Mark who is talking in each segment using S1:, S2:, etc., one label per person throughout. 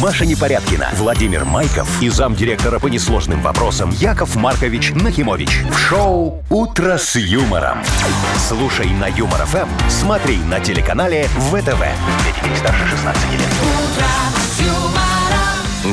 S1: Маша Непорядкина, Владимир Майков и замдиректора по несложным вопросам Яков Маркович Нахимович. В шоу «Утро с юмором». Слушай на Юмор ФМ, смотри на телеканале ВТВ. Для детей старше 16 лет.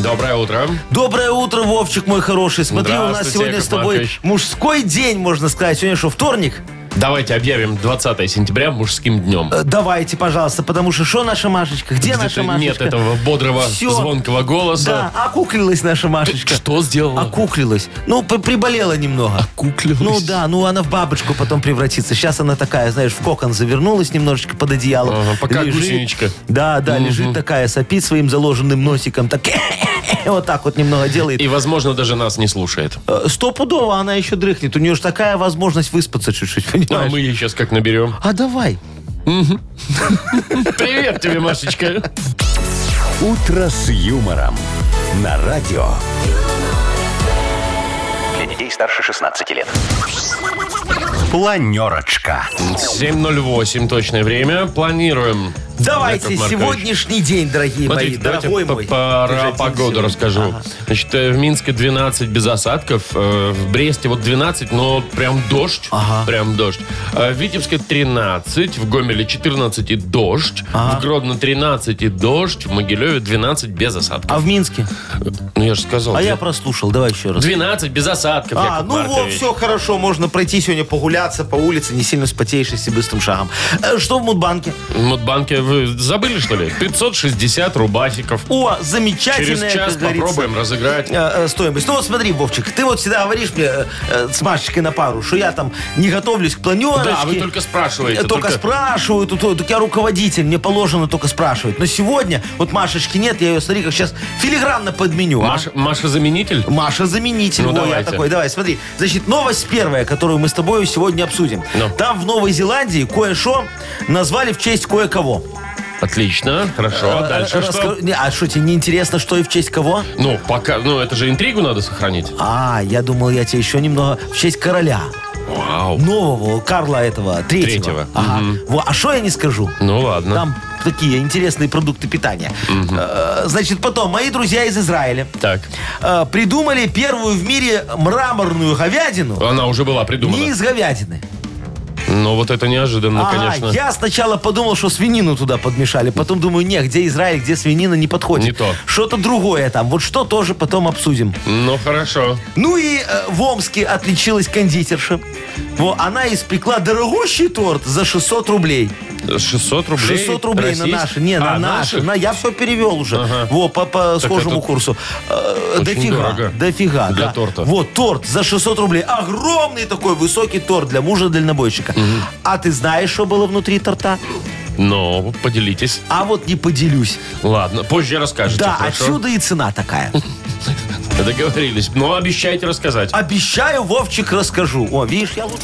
S2: Доброе утро.
S3: Доброе утро, Вовчик, мой хороший. Смотри, у нас
S2: Здравствуйте,
S3: сегодня
S2: Яков
S3: с тобой
S2: Маркович.
S3: мужской день, можно сказать. Сегодня что, вторник?
S2: Давайте объявим 20 сентября мужским днем.
S3: Э, Давайте, пожалуйста, потому что что наша Машечка? Где, наша
S2: Где-то
S3: Машечка?
S2: нет этого бодрого,
S3: Всё.
S2: звонкого голоса.
S3: Да, окуклилась наша Машечка.
S2: Что сделала?
S3: Окуклилась. Ну, п- приболела немного.
S2: Окуклилась.
S3: Ну да, ну она в бабочку потом превратится. Сейчас она такая, знаешь, в кокон завернулась немножечко под одеяло.
S2: Ага, пока гусеничка.
S3: Да, да, лежит такая, сопит своим заложенным носиком. Так вот так вот немного делает.
S2: И, возможно, даже нас не слушает. Ну,
S3: Э, Стопудово она еще дрыхнет. У нее же такая возможность выспаться чуть-чуть,
S2: А
S3: понимаешь?
S2: мы ее сейчас как наберем.
S3: А давай.
S2: Привет тебе, Машечка.
S1: «Утро с юмором» на радио. Для детей старше 16 лет. Планерочка.
S2: 7.08 точное время. Планируем.
S3: Давайте
S2: Яков Маркович.
S3: сегодняшний день, дорогие мои,
S2: Смотрите, давайте
S3: дорогой
S2: по-
S3: мой.
S2: про
S3: Уже
S2: погоду
S3: день
S2: расскажу.
S3: сегодня. Ага.
S2: Значит, э, в Минске 12 без осадков, э, в Бресте вот 12, но прям дождь,
S3: Ага.
S2: прям дождь. Э, В Витебске 13, в Гомеле 14 и дождь, в Гродно 13 и дождь, в Могилеве 12 без осадков.
S3: А в Минске?
S2: Ну я же сказал.
S3: А
S2: две-
S3: я прослушал, давай еще раз.
S2: 12 без осадков,
S3: А,
S2: Яков
S3: ну вот,
S2: Маркович.
S3: все хорошо, можно пройти сегодня погуляться по улице, не сильно спотеешь, если быстрым шагом. Э, Что в Мудбанке?
S2: В Мудбанке вы забыли, что ли? 560 рубасиков.
S3: О, замечательная,
S2: Через час
S3: как говорится,
S2: попробуем разыграть.
S3: э, э, стоимость. Ну вот смотри, Вовчик, ты вот всегда говоришь мне э, э, с Машечкой на пару, что я там не готовлюсь к планерочке.
S2: Да, вы только спрашиваете.
S3: Я а только, спрашиваю, тут, тут я руководитель, мне положено только спрашивать. Но сегодня, вот Машечки нет, я ее, смотри, как сейчас филигранно подменю. а.
S2: Маша, Маша заменитель?
S3: Маша заменитель.
S2: Ну,
S3: Во, я
S2: давайте.
S3: такой. Давай, смотри. Значит, новость первая, которую мы с тобой сегодня обсудим.
S2: Ну.
S3: Там в Новой Зеландии кое-что назвали в честь кое-кого.
S2: Отлично, хорошо. А дальше
S3: Раска-
S2: что?
S3: Не, а что, тебе не интересно, что и в честь кого?
S2: Ну, пока, ну это же интригу надо сохранить.
S3: А, я думал, я тебе еще немного в честь короля.
S2: Вау.
S3: Нового Карла этого, третьего.
S2: Третьего.
S3: Ага. Во, а что я не скажу?
S2: Ну ладно.
S3: Там такие интересные продукты питания. Э, Значит, потом, мои друзья из Израиля
S2: Так,
S3: э, придумали первую в мире мраморную говядину
S2: она уже была
S3: не
S2: придумана.
S3: из говядины.
S2: Но вот это неожиданно,
S3: Ага,
S2: Ну, конечно.
S3: А, я сначала подумал, что свинину туда подмешали. Потом думаю, не, где Израиль, где свинина, не подходит.
S2: Не то.
S3: Что-то другое там. Вот что тоже потом обсудим.
S2: Ну хорошо.
S3: Ну и э, в Омске отличилась кондитерша. Во, она испекла дорогущий торт за 600 рублей.
S2: 600 рублей?
S3: 600 рублей на
S2: российских?
S3: наши. Не, на
S2: А,
S3: наши. На,
S2: наших?
S3: я все перевел уже. Во, по, по схожему
S2: это
S3: курсу. Э,
S2: очень
S3: дофига.
S2: дорого.
S3: Дофига.
S2: Для
S3: да.
S2: торта.
S3: Вот, торт за 600 рублей. Огромный такой высокий торт для мужа дальнобойщика. А ты знаешь, что было внутри торта?
S2: Ну, поделитесь.
S3: А вот не поделюсь.
S2: Ладно, позже расскажете,
S3: Да,
S2: хорошо?
S3: отсюда и цена такая.
S2: Договорились. Но обещайте рассказать.
S3: Обещаю, Вовчик, расскажу. О, видишь, я лучше.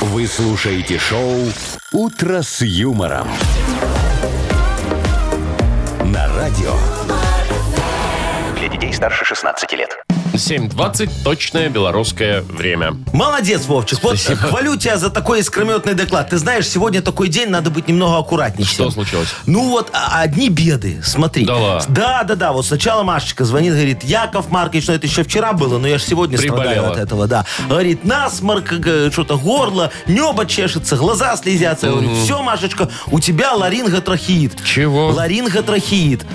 S1: Вы слушаете шоу «Утро с юмором». На радио. Для детей старше 16 лет.
S3: А-
S2: 7.20, точное белорусское время.
S3: Молодец, Вовчик. Вот хвалю тебя за такой искрометный доклад. Ты знаешь, сегодня такой день, надо быть немного аккуратнее.
S2: Что случилось?
S3: Ну вот, а- одни беды, смотри.
S2: Да ладно.
S3: да, да, да. Вот сначала Машечка звонит, говорит, Яков Маркович, ну это еще вчера было, но я же сегодня
S2: Приболела.
S3: страдаю от этого, да. Говорит, насморк, э, что-то горло, небо чешется, глаза слезятся. Я говорю, все, Машечка, у тебя ларинготрахеит.
S2: Чего?
S3: Ларинготрахеит.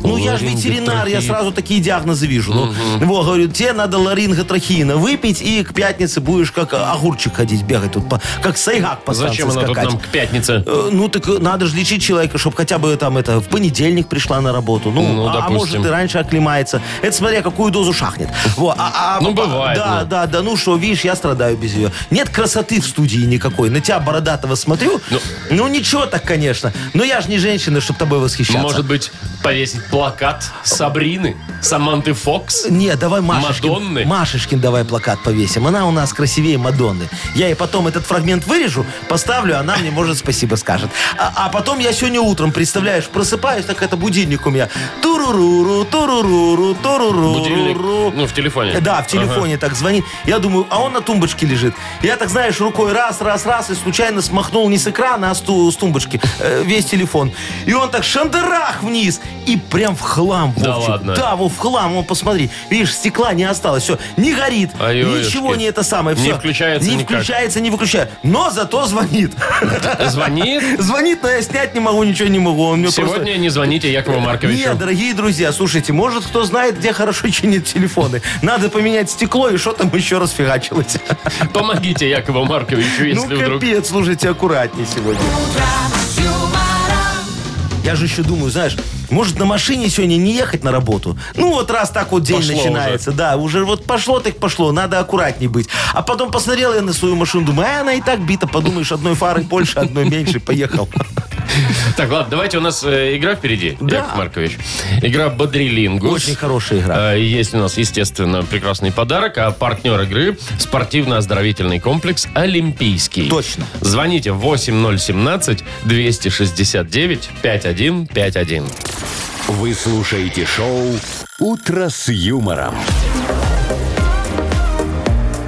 S3: Ну, я же ветеринар, я
S2: Ларинготрахеит.
S3: сразу такие диагнозы вижу. Ну, во, говорю, тебе надо ларинготрахеина выпить, и к пятнице будешь как а, огурчик ходить, бегать тут, по- как сайгак по станции
S2: Зачем она тут
S3: скакать.
S2: нам к пятнице?
S3: Э, Ну, так э, надо же лечить человека, чтобы хотя бы там это в понедельник пришла на работу. Ну,
S2: Ну,
S3: а, а
S2: допустим.
S3: может и раньше оклемается. Это смотря какую дозу шахнет. Во, а- а-
S2: Ну, бывает,
S3: Да,
S2: ну.
S3: да, да. Ну что, видишь, я страдаю без ее. Нет красоты в студии никакой. На тебя бородатого смотрю.
S2: Ну.
S3: Ну, ничего так, конечно. Но я же не женщина, чтобы тобой восхищаться.
S2: Может быть, повесить плакат Сабрины, Саманты Фокс?
S3: Не, давай Машечкин.
S2: Мадонны?
S3: Машечкин давай плакат повесим. Она у нас красивее Мадонны. Я ей потом этот фрагмент вырежу, поставлю, она мне, может, спасибо скажет. А, а потом я сегодня утром, представляешь, просыпаюсь, так это будильник у меня. Туруруру, туруруру, туруруру.
S2: Будильник, ну, в телефоне.
S3: Да, в телефоне так звонит. Я думаю, а он на тумбочке лежит. Я так, знаешь, рукой раз, раз, раз и случайно смахнул не с экрана, а с, ту- с тумбочки э, весь телефон. И он так шандарах вниз. и прям в хлам,
S2: Да
S3: Вовчик.
S2: ладно?
S3: Да, Вов, в хлам, вон, посмотри. Видишь, стекла не осталось, все, не горит,
S2: Ай, ой,
S3: ничего
S2: ушки.
S3: не это самое, все.
S2: Не включается
S3: Не
S2: никак.
S3: включается, не выключает. Но зато звонит.
S2: Звонит.
S3: Звонит, но я снять не могу, ничего не могу. Он мне просто...
S2: Сегодня не звоните Якову
S3: Нет,
S2: Марковичу.
S3: дорогие друзья, слушайте, может, кто знает, где хорошо чинит телефоны. Надо поменять стекло и что там еще раз фигачилось.
S2: Помогите Якову Марковичу,
S3: Ну,
S2: если вдруг...
S3: капец, слушайте, аккуратнее сегодня. Я же еще думаю, знаешь, может, на машине сегодня не ехать на работу? Ну, вот раз так вот день
S2: Пошло
S3: начинается, да, уже вот пошло так пошло, надо аккуратней быть. А потом посмотрел я на свою машину, думаю, а она и так бита, подумаешь, одной фары больше, одной меньше, поехал.
S2: Так, ладно, давайте у нас э, игра впереди,
S3: Да.
S2: Яков Маркович. Игра «Бодрилингус».
S3: Очень хорошая игра.
S2: Э, Есть у нас, естественно, прекрасный подарок, а партнер игры – спортивно-оздоровительный комплекс «Олимпийский».
S3: Точно.
S2: Звоните 8017-269-5151.
S1: Вы слушаете шоу «Утро с юмором».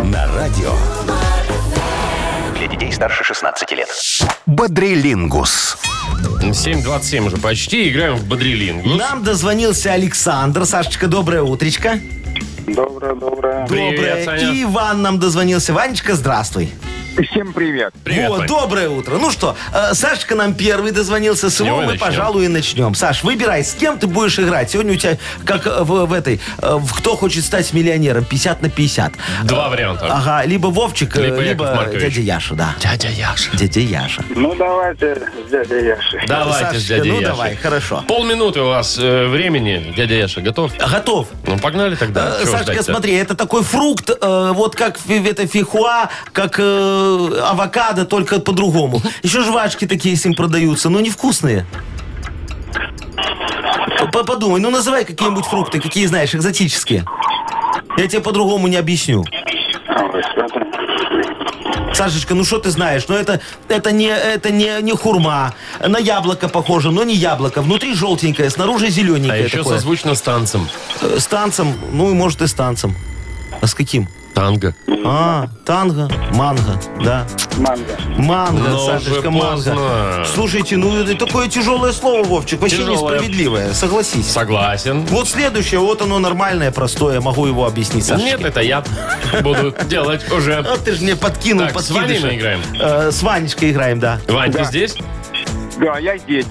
S1: На радио.
S4: Для детей старше 16 лет.
S1: Бодрилингус.
S2: 7.27 уже почти, играем в «Бодрилингус».
S3: Нам дозвонился Александр. Сашечка, доброе утречко.
S5: Доброе, доброе.
S2: Привет,
S3: доброе.
S2: Саня.
S3: И Иван нам дозвонился. Ванечка, здравствуй.
S5: Всем привет.
S2: Привет,
S3: Во,
S2: Вань.
S3: доброе утро. Ну что, э, Сашечка нам первый дозвонился. С
S2: него
S3: его
S2: и
S3: мы,
S2: начнем.
S3: пожалуй, и начнем. Саш, выбирай, с кем ты будешь играть. Сегодня у тебя, как э, в, в этой, э, в кто хочет стать миллионером, 50 на 50.
S2: Два варианта.
S3: Ага, либо Вовчик, э,
S2: Либо
S3: либо,
S2: Яков Маркович.
S3: дядя Яша, да.
S2: Дядя Яша.
S3: А, Дядя Яша.
S5: Ну, давайте с дядей Яшей.
S2: Давайте, с
S3: Сашечка,
S2: дядей
S3: ну
S2: Яшей.
S3: давай, хорошо.
S2: Полминуты у вас э, времени. Дядя Яша, готов?
S3: Готов.
S2: Ну, погнали тогда.
S3: Э,
S2: Чего
S3: Сашка,
S2: ждать-то?
S3: смотри, это такой фрукт, э, вот как фи- это фихуа, как э, авокадо, только по-другому. Еще жвачки такие с ним продаются, но невкусные. П- Подумай, ну называй какие-нибудь фрукты, какие знаешь, экзотические. Я тебе по-другому не объясню.
S6: А,
S5: Ой, смотри.
S3: Сашечка, ну что ты знаешь? Ну это, это, не, это не, не хурма. На яблоко похоже, но не яблоко. Внутри желтенькое, снаружи
S2: А
S3: зелененькое
S2: еще
S3: такое.
S2: созвучно с танцем.
S3: Э, С танцем, ну и может и с танцем. А с каким?
S2: Танго.
S3: А, танго, манго, да.
S5: Манго.
S3: Манго,
S2: Но уже
S3: Сашечка, манго.
S2: поздно.
S3: Слушайте, ну это такое тяжелое слово, Вовчик, вообще
S2: Тяжелое.
S3: несправедливое, согласись.
S2: Согласен.
S3: Вот следующее, вот оно нормальное, простое, могу его объяснить, Сашечка.
S2: Нет, это я буду делать уже.
S3: А ты же мне подкинул
S2: Так, с
S3: подкидыша.
S2: Ваней мы играем?
S3: Э, с Ванечкой играем, да.
S2: Вань, ты
S5: Да.
S2: здесь?
S5: Да, я здесь.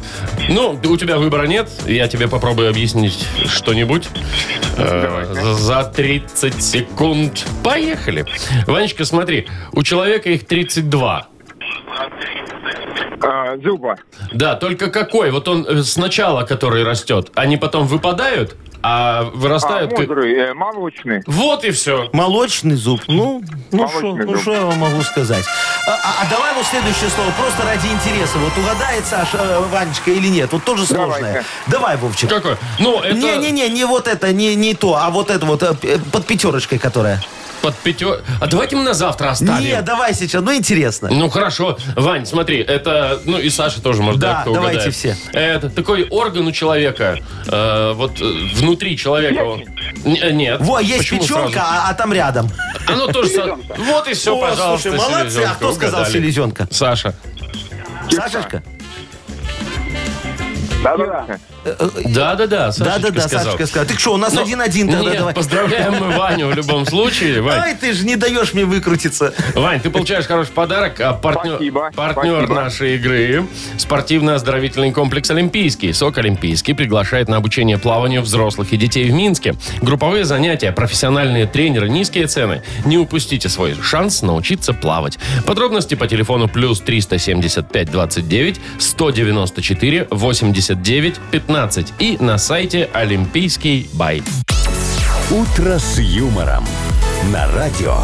S2: Ну, у тебя выбора нет. Я тебе попробую объяснить что-нибудь. Э, За 30 секунд. Поехали. Ванечка, смотри, у человека их 32.
S5: А, зуба.
S2: Да, только какой? Вот он э, сначала, который растет, они потом выпадают, а
S5: А,
S2: вырастают... ты-
S5: мудрый, э, молочный.
S2: Вот и все.
S3: Молочный зуб. Ну, ну
S5: Молочный
S3: что, ну
S5: зуб.
S3: что я вам могу сказать? А, а- а давай вот следующее слово, просто ради интереса. Вот угадает Саша, э, Ванечка или нет? Вот тоже сложное.
S5: Давай-ка.
S3: Давай, Вовчик.
S2: Какой? Ну, это
S3: Не-не-не, не вот это, не, не то, а вот это вот, э, э, под пятерочкой, которая.
S2: под пятер... А давайте мы на завтра оставим.
S3: Не, давай сейчас, ну интересно.
S2: Ну хорошо, Вань, смотри, это, ну и Саша тоже может
S3: Да,
S2: да, кто
S3: давайте
S2: угадает.
S3: все.
S2: Это такой орган у человека, э, вот э, внутри человека он. Н- э, нет.
S3: Во, есть
S2: Почему
S3: печенка,
S2: сразу?
S3: а, а там рядом.
S2: Оно тоже. со- Вот и все,
S3: О,
S2: пожалуйста.
S3: слушай, молодцы,
S2: селезенка,
S3: а кто сказал
S2: угадали. Типа,
S3: селезенка?
S2: Саша.
S3: Сашечка?
S5: Да, да.
S2: Да, да, да. Сашечка
S3: Да-да-да,
S2: сказал.
S3: Сашечка сказал. Так что, у нас
S2: Ну,
S3: один-один тогда,
S2: нет,
S3: давай.
S2: Поздравляем мы Ваню в любом случае. Вань,
S3: Ай, ты же не даешь мне выкрутиться.
S2: Вань, ты получаешь хороший подарок. А партнер,
S5: Спасибо,
S2: партнер
S5: спасибо.
S2: нашей игры – спортивно-оздоровительный комплекс «Олимпийский». СОК «Олимпийский» приглашает на обучение плаванию взрослых и детей в Минске. Групповые занятия, профессиональные тренеры, низкие цены. Не упустите свой шанс научиться плавать. Подробности по телефону плюс 375-29-194-89-15 и на сайте «Олимпийский бай».
S1: «Утро с юмором». На радио.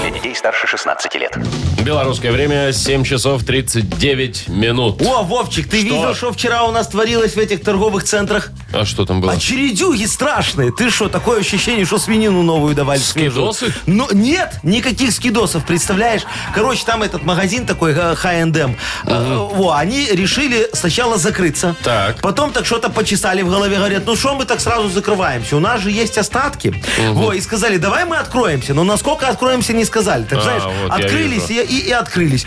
S4: Для детей старше 16 лет.
S2: Белорусское время 7 часов 39 минут.
S3: О, Вовчик, ты
S2: Что?
S3: видел, что вчера у нас творилось в этих торговых центрах?
S2: А что там было?
S3: Очередюги страшные. Ты что, такое ощущение, что свинину новую давали. свежую.
S2: Скидосы?
S3: Ну, нет, никаких скидосов, представляешь? Короче, там этот магазин такой, э, H&M. Э, Во, они решили сначала закрыться.
S2: Так.
S3: Потом так что-то почесали в голове, говорят, ну что мы так сразу закрываемся? У нас же есть остатки. Во, и сказали, давай мы откроемся. Но насколько откроемся, не сказали. универсале, так
S2: А,
S3: знаешь,
S2: вот я
S3: открылись и, и- и открылись.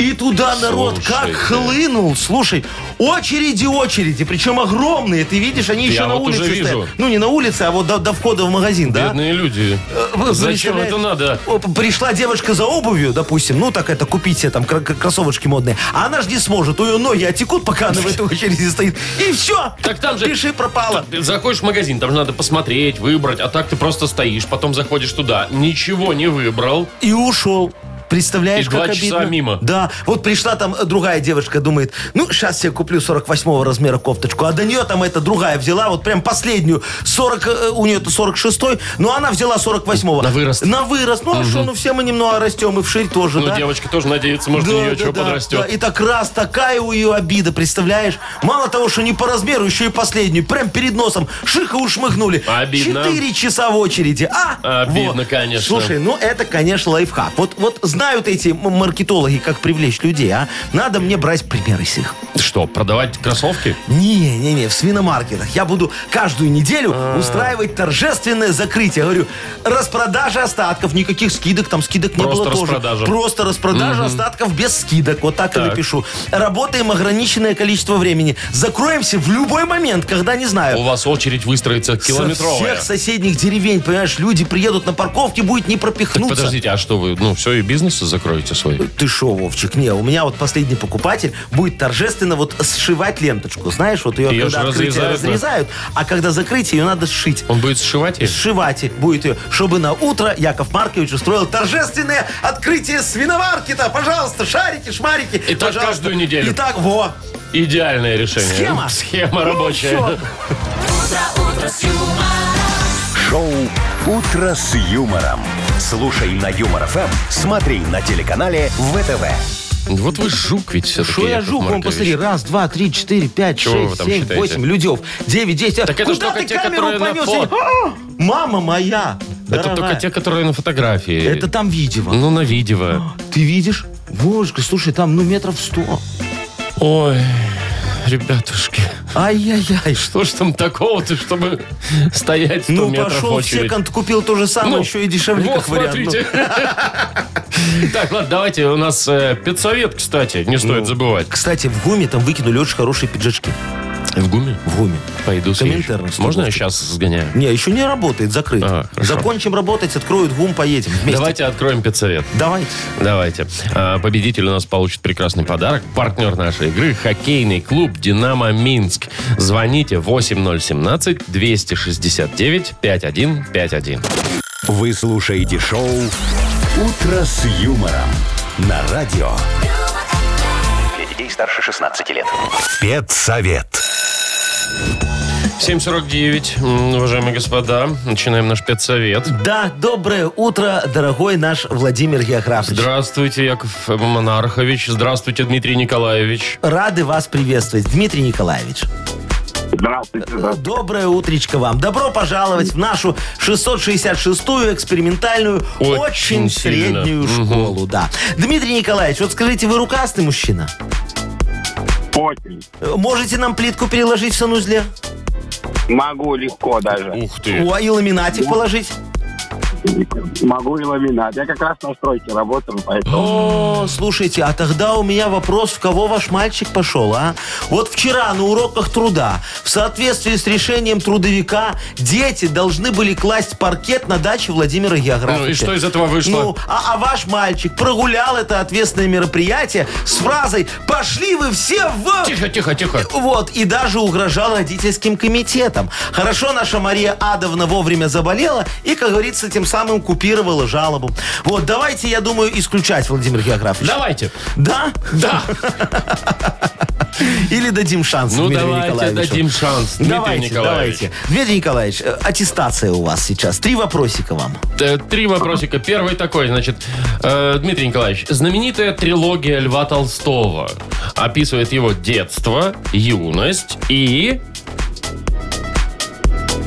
S3: И туда народ
S2: Слушай,
S3: как
S2: да.
S3: хлынул, слушай, очереди, очереди, причем огромные, ты видишь, они
S2: Я
S3: еще на
S2: вот уже
S3: улице стоят.
S2: вижу.
S3: Ну, не на улице, а вот до, до входа в магазин, да?
S2: Бедные люди.
S3: Э, вы
S2: Зачем
S3: представляете?
S2: это надо?
S3: О, п- Пришла девушка за обувью, допустим, ну так это, купить себе там кра- кра- кроссовочки модные, а она же не сможет, у ее ноги отекут, пока она в этой очереди стоит, и все.
S2: Так там же-
S3: Пиши, пропало.
S2: Ты заходишь в магазин, там же надо посмотреть, выбрать, а так ты просто стоишь, потом заходишь туда, ничего не выбрал.
S3: И ушел. Представляешь,
S2: И
S3: как
S2: два часа
S3: обидно?
S2: мимо.
S3: Да. Вот пришла там э, другая девушка, думает, ну, сейчас я куплю 48 размера кофточку. А до нее там эта другая взяла, вот прям последнюю. 40, э, у нее-то 46 но она взяла 48
S2: На вырост.
S3: На вырост. Ну, а что, ну, все мы немного растем, и вширь тоже,
S2: Ну,
S3: да?
S2: девочка тоже надеется, может, у нее что подрастет.
S3: да. И так раз такая у ее обида, представляешь? Мало того, что не по размеру, еще и последнюю. Прям перед носом. Шиха ушмыгнули.
S2: Обидно.
S3: Четыре часа в очереди. А?
S2: Обидно, конечно.
S3: Слушай, ну это, конечно, лайфхак. Вот, вот знают эти м- маркетологи, как привлечь людей, а? Надо мне брать примеры с их.
S2: Что, продавать кроссовки?
S3: Не-не-не, в свиномаркетах. Я буду каждую неделю
S2: А.
S3: устраивать торжественное закрытие. Говорю, распродажа остатков, никаких скидок, там скидок не
S2: Просто
S3: было тоже.
S2: распродажа.
S3: Просто распродажа остатков без скидок. Вот так,
S2: Так.
S3: и напишу. Работаем ограниченное количество времени. Закроемся в любой момент, когда не знаю.
S2: У вас очередь выстроится
S3: Со
S2: километровая.
S3: всех соседних деревень, понимаешь, люди приедут на парковке, будет не
S2: Так
S3: пропихнуться.
S2: подождите, а что вы, ну, все, и бизнес закроете свой?
S3: Ты шо, Вовчик? Не, у меня вот последний покупатель будет торжественно вот сшивать ленточку. Знаешь, вот ее,
S2: Её
S3: когда
S2: же
S3: открытие
S2: разрезают, да?
S3: разрезают, а когда закрытие, ее надо сшить.
S2: Он будет сшивать их?
S3: Сшивать их будет ее, чтобы на утро Яков Маркович устроил торжественное открытие свиномаркета. Пожалуйста, шарики, шмарики.
S2: И так
S3: пожалуйста.
S2: каждую неделю.
S3: И так, во.
S2: Идеальное решение.
S3: Схема.
S2: Схема
S3: Ну,
S2: рабочая.
S3: всё.
S1: Шоу «Утро с юмором». Слушай на Юмор ФМ, смотри на телеканале ВТВ.
S2: Вот вы жук ведь все-таки,
S3: Что я
S2: Яков
S3: жук? Вон,
S2: Маркович.
S3: посмотри. Раз, два, три, четыре, пять,
S2: Чего вы
S3: шесть,
S2: там
S3: семь,
S2: считаете?
S3: восемь. Людев. Девять, десять.
S2: Так это ж
S3: Куда
S2: только
S3: ты
S2: те,
S3: камеру
S2: которые на
S3: понес?
S2: фото.
S3: А, Мама моя.
S2: Это
S3: дорогая.
S2: только те, которые на фотографии.
S3: Это там видео.
S2: Ну, на видео.
S3: Ты видишь? Вовочка, слушай, там ну метров сто.
S2: Ой, ребятушки, ну,
S3: Ай-яй-яй.
S2: что ж там такого-то, чтобы стоять 100
S3: Ну
S2: метров в
S3: пошел в
S2: очередь? Ну,
S3: секонд, купил то же самое, еще и дешевле,
S2: вот,
S3: как вариант. ну.
S2: смотрите. Так, ладно, давайте. У нас э, педсовет, кстати, не
S3: Ну,
S2: стоит забывать.
S3: ну, Кстати, в ГУМе там выкинули очень хорошие пиджачки.
S2: В гуме?
S3: В ГУМе.
S2: Пойду съезжу.
S3: Коминтерн, сто
S2: Можно я
S3: рублей.
S2: сейчас сгоняю?
S3: Не, еще не работает, закрыт.
S2: А, хорошо.
S3: Закончим работать, откроют ГУМ, поедем вместе.
S2: Давайте откроем педсовет.
S3: Давайте.
S2: Давайте. А, Победитель у нас получит прекрасный подарок. Партнер нашей игры – хоккейный клуб «Динамо Минск». Звоните 8017-269-5151.
S1: Вы слушаете шоу «Утро с юмором» на радио.
S4: Для детей старше 16 лет.
S1: Спецсовет.
S2: 7.49, м, уважаемые господа. Начинаем наш спецсовет.
S3: Да, доброе утро, дорогой наш Владимир Географович.
S2: Здравствуйте, Яков Монархович. Здравствуйте, Дмитрий Николаевич.
S3: Рады вас приветствовать, Дмитрий Николаевич.
S5: Здравствуйте, здравствуйте.
S3: Доброе утречко вам. Добро пожаловать в нашу 666-ю экспериментальную,
S2: Очень
S3: очень,
S2: сильно.
S3: среднюю школу. Да. Дмитрий Николаевич, вот скажите, вы рукастый мужчина?
S5: Очень.
S3: Э, Можете нам плитку переложить в санузле?
S5: Могу легко даже.
S2: Ух ты.
S3: О, и ламинатик положить?
S5: Могу и ламинат. Я как раз на стройке работал, поэтому...
S3: О, слушайте, а тогда у меня вопрос, в кого ваш мальчик пошел, а? Вот вчера на уроках труда в соответствии с решением трудовика дети должны были класть паркет на даче Владимира Географовича.
S2: Ну и что из этого вышло?
S3: Ну, а, а ваш мальчик прогулял это ответственное мероприятие с фразой «Пошли вы все в...»
S2: Тихо, тихо, тихо.
S3: Вот, и даже угрожал родительским комитетом. Хорошо наша Мария Адовна вовремя заболела и, как говорится, тем самым купировала жалобу. Вот, давайте, я думаю, исключать Владимир Географович.
S2: Давайте.
S3: Да?
S2: Да.
S3: Или дадим шанс
S2: Ну,
S3: Дмитрию
S2: давайте
S3: Николаевичу?
S2: дадим шанс, Дмитрий
S3: давайте,
S2: Николаевич.
S3: давайте. Дмитрий Николаевич, э, аттестация у вас сейчас. Три вопросика вам.
S2: Э, Три вопросика. Первый такой, значит, э, Дмитрий Николаевич, знаменитая трилогия Льва Толстого описывает его детство, юность и...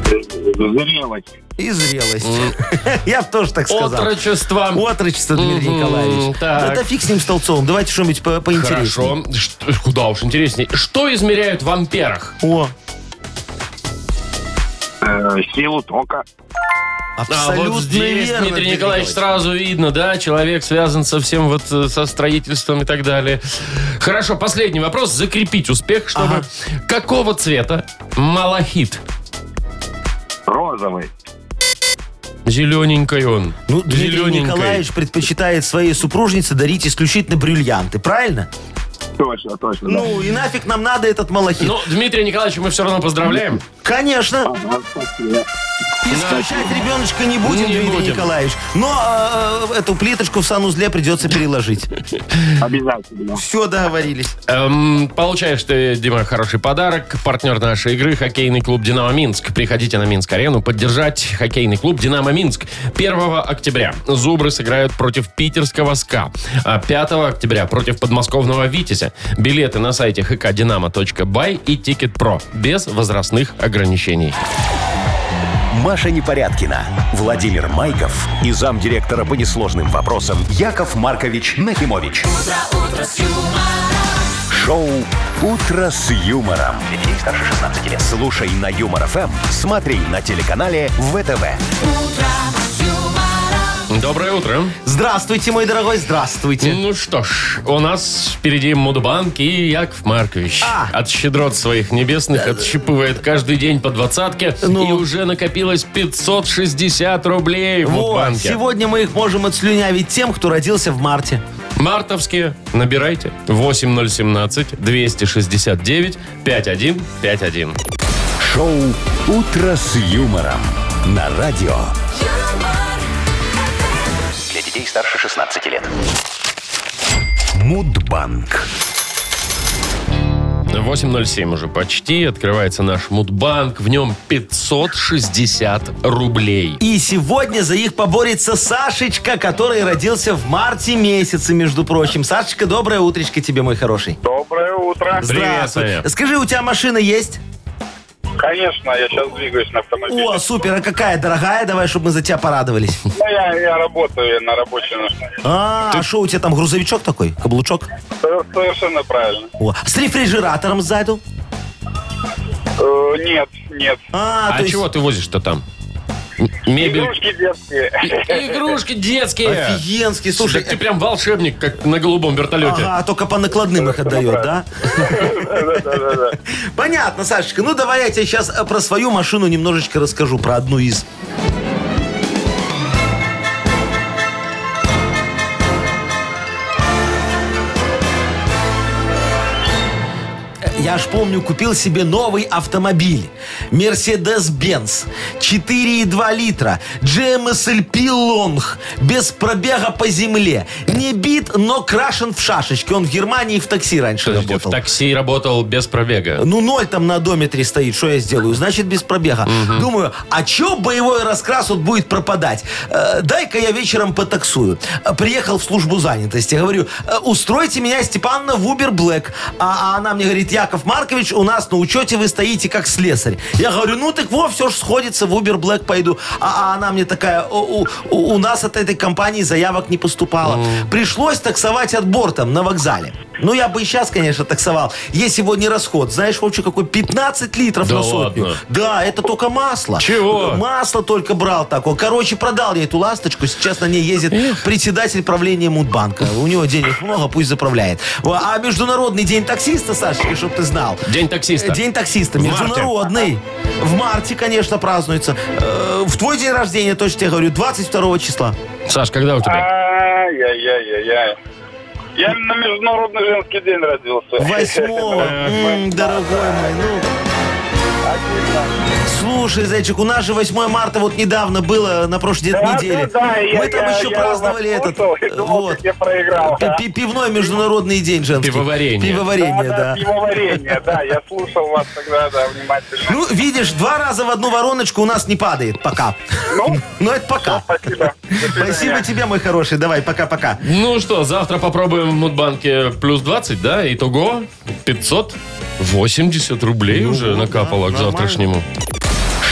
S5: Зрелость.
S3: И зрелость. Я бы тоже так сказал.
S2: Отрочество.
S3: Отрочество, Дмитрий
S2: Мгм,
S3: Николаевич.
S2: так.
S3: Да, да фиг с ним, с Толцовым. Давайте что-нибудь по- поинтереснее.
S2: Хорошо. Что- А куда уж интереснее. Что измеряют в амперах?
S3: О,
S5: Э, э, силу тока.
S2: А
S3: Абсолютно
S2: вот здесь,
S3: верно,
S2: Дмитрий Николаевич, сразу видно, да, человек связан со всем вот э, со строительством и так далее. Хорошо, последний вопрос. Закрепить успех, чтобы...
S3: Ага.
S2: Какого цвета малахит?
S5: Розовый.
S2: Зелененький он.
S3: Ну, Дмитрий
S2: Зелененький.
S3: Николаевич предпочитает своей супружнице дарить исключительно бриллианты, правильно?
S5: Точно, точно. да.
S3: Ну, и нафиг нам надо этот малахит?
S2: Ну, Дмитрия Николаевича мы все равно поздравляем.
S3: Конечно,
S5: Ага, спасибо.
S3: исключать ребеночка не будем,
S2: Не
S3: Дмитрий
S2: будем.
S3: Николаевич. Но э, эту плиточку в санузле придется переложить.
S5: Обязательно.
S3: Все, договорились.
S2: Эм, получаешь ты, Дима, хороший подарок. Партнер нашей игры – хоккейный клуб «Динамо Минск». Приходите на Минск-арену поддержать хоккейный клуб «Динамо Минск». 1 октября «Зубры» сыграют против питерского «СКА». А 5 октября против подмосковного «Витязя». Билеты на сайте hkdinamo.by и «Тикет.Про» без возрастных ограничений.
S1: Маша Непорядкина, Владимир Майков и замдиректора по несложным вопросам Яков Маркович Нахимович. Шоу Утро с юмором. Детей старше 16 лет. Слушай на юмор ФМ, смотри на телеканале ВТВ.
S2: Доброе утро.
S3: Здравствуйте, мой дорогой, здравствуйте.
S2: Ну что ж, у нас впереди Мудбанк и Яков Маркович.
S3: А.
S2: От щедрот своих небесных отщипывает каждый день по двадцатке.
S3: Ну.
S2: И уже накопилось 560 рублей в
S3: Вот,
S2: Мудбанке.
S3: сегодня мы их можем отслюнявить тем, кто родился в марте.
S2: Мартовские набирайте. 8017-269-5151.
S1: Шоу Утро с юмором на радио.
S4: Для детей старше 16 лет.
S1: Мудбанк.
S2: 8.07 уже почти. Открывается наш Мудбанк. В нем 560 рублей.
S3: И сегодня за их поборется Сашечка, который родился в марте месяце, между прочим. Сашечка, доброе утречко тебе, мой хороший.
S6: Доброе утро.
S2: Привет, Саня.
S3: Скажи, у тебя машина есть?
S6: Конечно, я сейчас двигаюсь на автомобиле.
S3: О, супер, а какая дорогая? Давай, чтобы мы за тебя порадовались.
S6: Ну, я, я работаю на рабочей машине.
S3: А, а что у тебя там, грузовичок такой? Каблучок?
S6: Со- Совершенно правильно.
S3: О, с рефрижератором сзаду?
S6: Э, нет, нет.
S3: А,
S2: А
S3: то есть-
S2: чего ты возишь-то там? М- Мебель.
S6: Игрушки детские.
S2: Игрушки детские.
S3: Офигенский,
S2: Слушай,
S3: слушай.
S2: ты прям волшебник, как на голубом вертолете.
S3: Ага, только по накладным их отдает, да?
S6: Да-да-да-да.
S3: Понятно, Сашечка. Ну, давай я тебе сейчас про свою машину немножечко расскажу, про одну из. Я ж помню, купил себе новый автомобиль. Mercedes-Benz. 4,2 литра. GMSLP Long. Без пробега по земле. Не бит, но крашен в шашечке. Он в Германии в такси раньше
S2: Подожди,
S3: работал.
S2: в такси работал без пробега.
S3: Ну, ноль там на одометре стоит, что я сделаю? Значит, без пробега. Думаю, а чё боевой раскрас вот будет пропадать? Э, дай-ка я вечером потаксую. Э, Приехал в службу занятости. Говорю, «Э, устройте меня, Степановна, в Uber Black. А, а она мне говорит, Яков Маркович, у нас на учете вы стоите как слесарь. Я говорю, ну так во, все ж сходится, в Uber Black пойду. А, а она мне такая, «У- у, у нас от этой компании заявок не поступало. Пришлось таксовать отбор там на вокзале. Ну, я бы и сейчас, конечно, таксовал. Есть сегодня расход. Знаешь, вообще какой? 15 литров
S2: Да
S3: на сотню.
S2: ладно?
S3: Да, это только масло.
S2: Чего?
S3: Масло только брал такое. Короче, продал я эту ласточку. Сейчас на ней ездит председатель правления Мудбанка. У него денег много, пусть заправляет. Во, А Международный день таксиста, Сашечка, чтобы ты знал.
S2: День таксиста.
S3: Э, День таксиста,
S2: В марте.
S3: международный. В марте, конечно, празднуется. Э, В твой день рождения, точно тебе говорю, 22 числа.
S2: Саш, когда у тебя?
S6: Ай-яй-яй-яй-яй. Я на Международный женский день родился.
S3: Восьмого. М, Дорогой мой, ну. Слушай, зайчик, у нас же 8 марта вот недавно было, на прошлой
S6: Да, ну
S3: неделе.
S6: да, да, я-
S3: Мы там
S6: я-
S3: еще
S6: я
S3: праздновали
S6: вас
S3: этот.
S6: слушал и думал,
S3: вот.
S6: как я проиграл,
S3: Пи-
S6: да.
S3: пи- Пивной международный день женский.
S2: Пивоварение.
S3: Пивоварение, да.
S6: Да-да, его варенье, да. Я слушал вас тогда, да, внимательно.
S3: Ну, видишь, два раза в одну вороночку у нас не падает пока.
S6: Ну,
S3: Но это пока.
S6: спасибо. До свидания.
S3: Спасибо тебе, мой хороший. Давай, пока-пока.
S2: Ну что, завтра попробуем в Мудбанке плюс 20, да? Итого 580 рублей уже накапало к
S3: да, нормально.
S2: завтрашнему.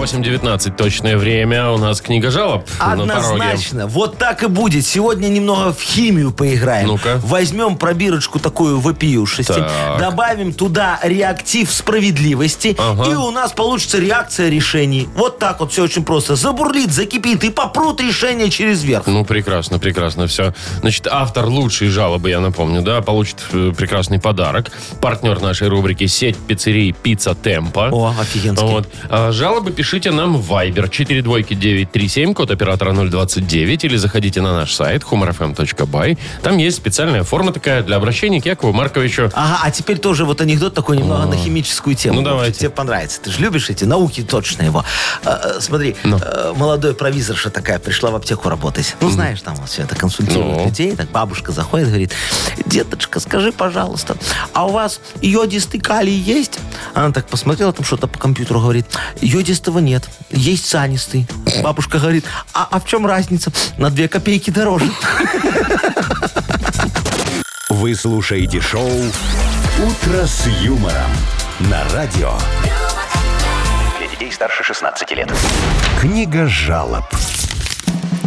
S2: 8.19 точное время. У нас книга жалоб на пороге.
S3: Однозначно. Вот так и будет. Сегодня немного в химию поиграем.
S2: Ну-ка.
S3: Возьмем пробирочку такую вопиюшести,
S2: Так.
S3: добавим туда реактив справедливости,
S2: Ага.
S3: и у нас получится реакция решений. Вот так вот все очень просто. Забурлит, закипит, и попрут решения через верх.
S2: Ну, прекрасно, прекрасно, все. Значит, автор лучшей жалобы, я напомню, да, получит э, прекрасный подарок. Партнер нашей рубрики «Сеть пиццерий Пицца Темпа».
S3: О, офигенский.
S2: Вот. А жалобы пишите нам в Viber 42937, код оператора 029, или заходите на наш сайт humorfm.by. Там есть специальная форма такая для обращения к Якову Марковичу.
S3: Ага, а теперь тоже вот анекдот такой немного на химическую тему.
S2: Ну,
S3: Может,
S2: давайте.
S3: Тебе понравится. Ты же любишь эти науки точно его. А, э, Смотри,
S2: Ну.
S3: э, молодой провизорша такая пришла в аптеку работать. Ну, знаешь, там вот все это консультирует
S2: Ну.
S3: людей. Так бабушка заходит, говорит, деточка, скажи, пожалуйста, а у вас йодистый калий есть? Она так посмотрела, там что-то по компьютеру говорит. Йодистого нет, есть санистый. Бабушка говорит, а, а в чем разница? На две копейки дороже.
S1: Вы слушаете шоу «Утро с юмором» на радио.
S4: Для детей старше 16 лет.
S1: Книга жалоб.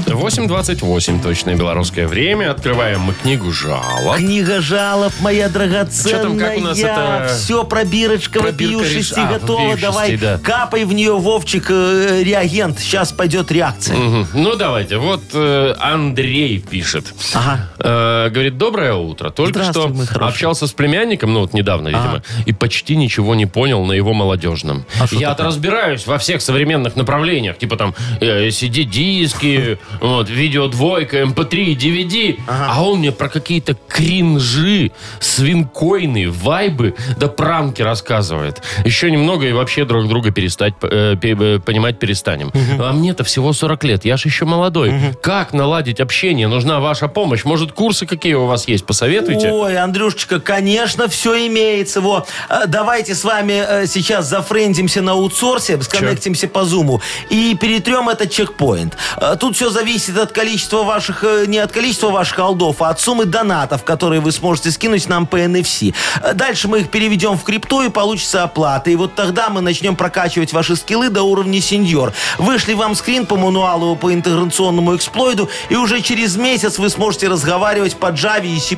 S2: 8.28 точное белорусское время. Открываем мы книгу жалоб.
S3: Книга жалоб, моя драгоценная.
S2: Чё там, как у нас это-
S3: Все, пробирочка,
S2: Пробирка реш-
S3: вопиюшести
S2: а,
S3: готова.
S2: вопиюшести,
S3: Давай,
S2: да.
S3: капай в нее, Вовчик, э, реагент. Сейчас пойдет реакция.
S2: Мгм. Ну, давайте. Вот э, Андрей пишет.
S3: Ага.
S2: Э, говорит, доброе утро. Только
S3: Здравствуй,
S2: что
S3: мой хороший. А.
S2: общался с племянником, ну вот недавно, видимо, и почти ничего не понял на его молодежном.
S3: что
S2: Я-то разбираюсь во всех современных направлениях, типа там э, CD-диски, вот, видеодвойка, эм MP3, DVD, а он мне про какие-то кринжи, свинкоины, вайбы, да пранки рассказывает. Еще немного и вообще друг друга перестать э, пе- э, понимать перестанем. А мне-то всего 40 лет, я же еще молодой. Как наладить общение? Нужна ваша помощь. Может, курсы какие у вас есть? Посоветуйте.
S3: Ой, Андрюшечка, конечно, все имеется. Во. Э, Давайте с вами э, сейчас зафрендимся на аутсорсе, сконнектимся по зуму и перетрем этот чекпоинт. Э, Тут все зависит от количества ваших, э, не от количества ваших алдов, а от суммы донатов, которые вы сможете скинуть нам по NFC. Э, Дальше мы их переведем в крипту и получится оплата. И вот тогда мы начнем прокачивать ваши скиллы до уровня сеньор. Вышли вам скрин по мануалу по интеграционному эксплойду, и уже через месяц вы сможете разговаривать по Java и C++.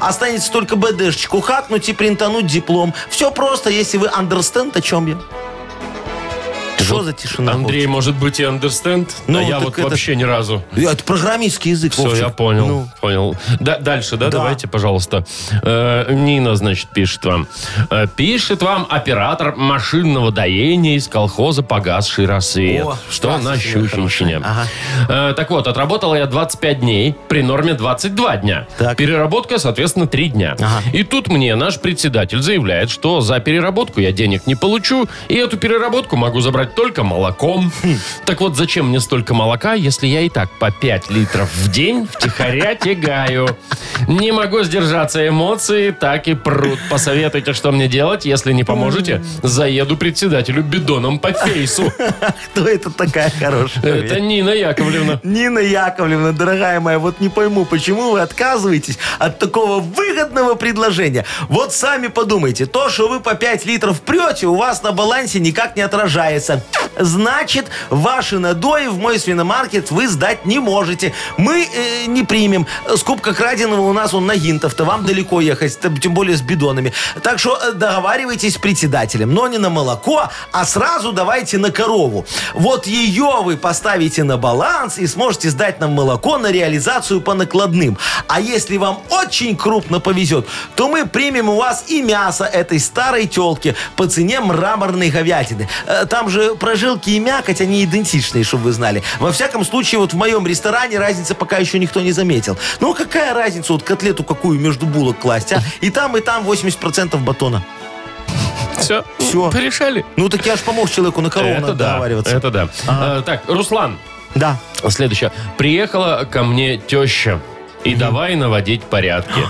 S3: Останется только БДшечку хакнуть и принтануть диплом. Все просто, если вы understand, о чем я. Что за тишина?
S2: Андрей, может быть, и understand,
S3: Ну,
S2: а я
S3: так
S2: вот
S3: это-
S2: вообще ни разу.
S3: Вовчик? Я- Это программистский язык,
S2: Все,
S3: Вовчик.
S2: я понял,
S3: Ну.
S2: понял. Да, дальше, да,
S3: Да.
S2: давайте, пожалуйста. Э, Нина, значит, пишет вам. Э, пишет вам оператор машинного доения из колхоза «Погасший рассвет».
S3: О,
S2: что на
S3: здравствуйте, моя
S2: Щучинщине.
S3: хорошая.
S2: Э, так вот, отработала я 25 дней, при норме 22 дня.
S3: Так.
S2: Переработка, соответственно, 3 дня.
S3: Ага.
S2: И тут мне наш председатель заявляет, что за переработку я денег не получу, и эту переработку могу забрать только молоком. Так вот, зачем мне столько молока, если я и так по 5 литров в день втихаря тягаю? Не могу сдержаться, эмоции так и прут. Посоветуйте, что мне делать, если не поможете, заеду председателю бидоном по фейсу.
S3: Кто это такая хорошая?
S2: Это Нина Яковлевна.
S3: Нина Яковлевна, дорогая моя, вот не пойму, почему вы отказываетесь от такого выгодного предложения. Вот сами подумайте, то, что вы по 5 литров прете, у вас на балансе никак не отражается. Значит, ваши надои в мой свиномаркет вы сдать не можете. Мы э, не примем. С кубка краденого у нас он на гинтов-то, вам далеко ехать, т- тем более с бидонами. Так что э, договаривайтесь с председателем, но не на молоко, а сразу давайте на корову. Вот ее вы поставите на баланс и сможете сдать нам молоко на реализацию по накладным. А если вам очень крупно повезет, то мы примем у вас и мясо этой старой телки по цене мраморной говядины. Э, Там же прожилки и мякоть, они идентичные, чтобы вы знали. Во всяком случае, вот в моем ресторане разницы пока еще никто не заметил. Ну, какая разница, вот котлету какую между булок класть, а? И там, и там 80% батона.
S2: Все,
S3: Всё.
S2: порешали.
S3: Ну, так я же помог человеку на корову
S2: Это
S3: надо
S2: да,
S3: договариваться.
S2: это да. Э, Так, Руслан,
S3: Да.
S2: Следующая. Приехала ко мне теща. И давай наводить порядки.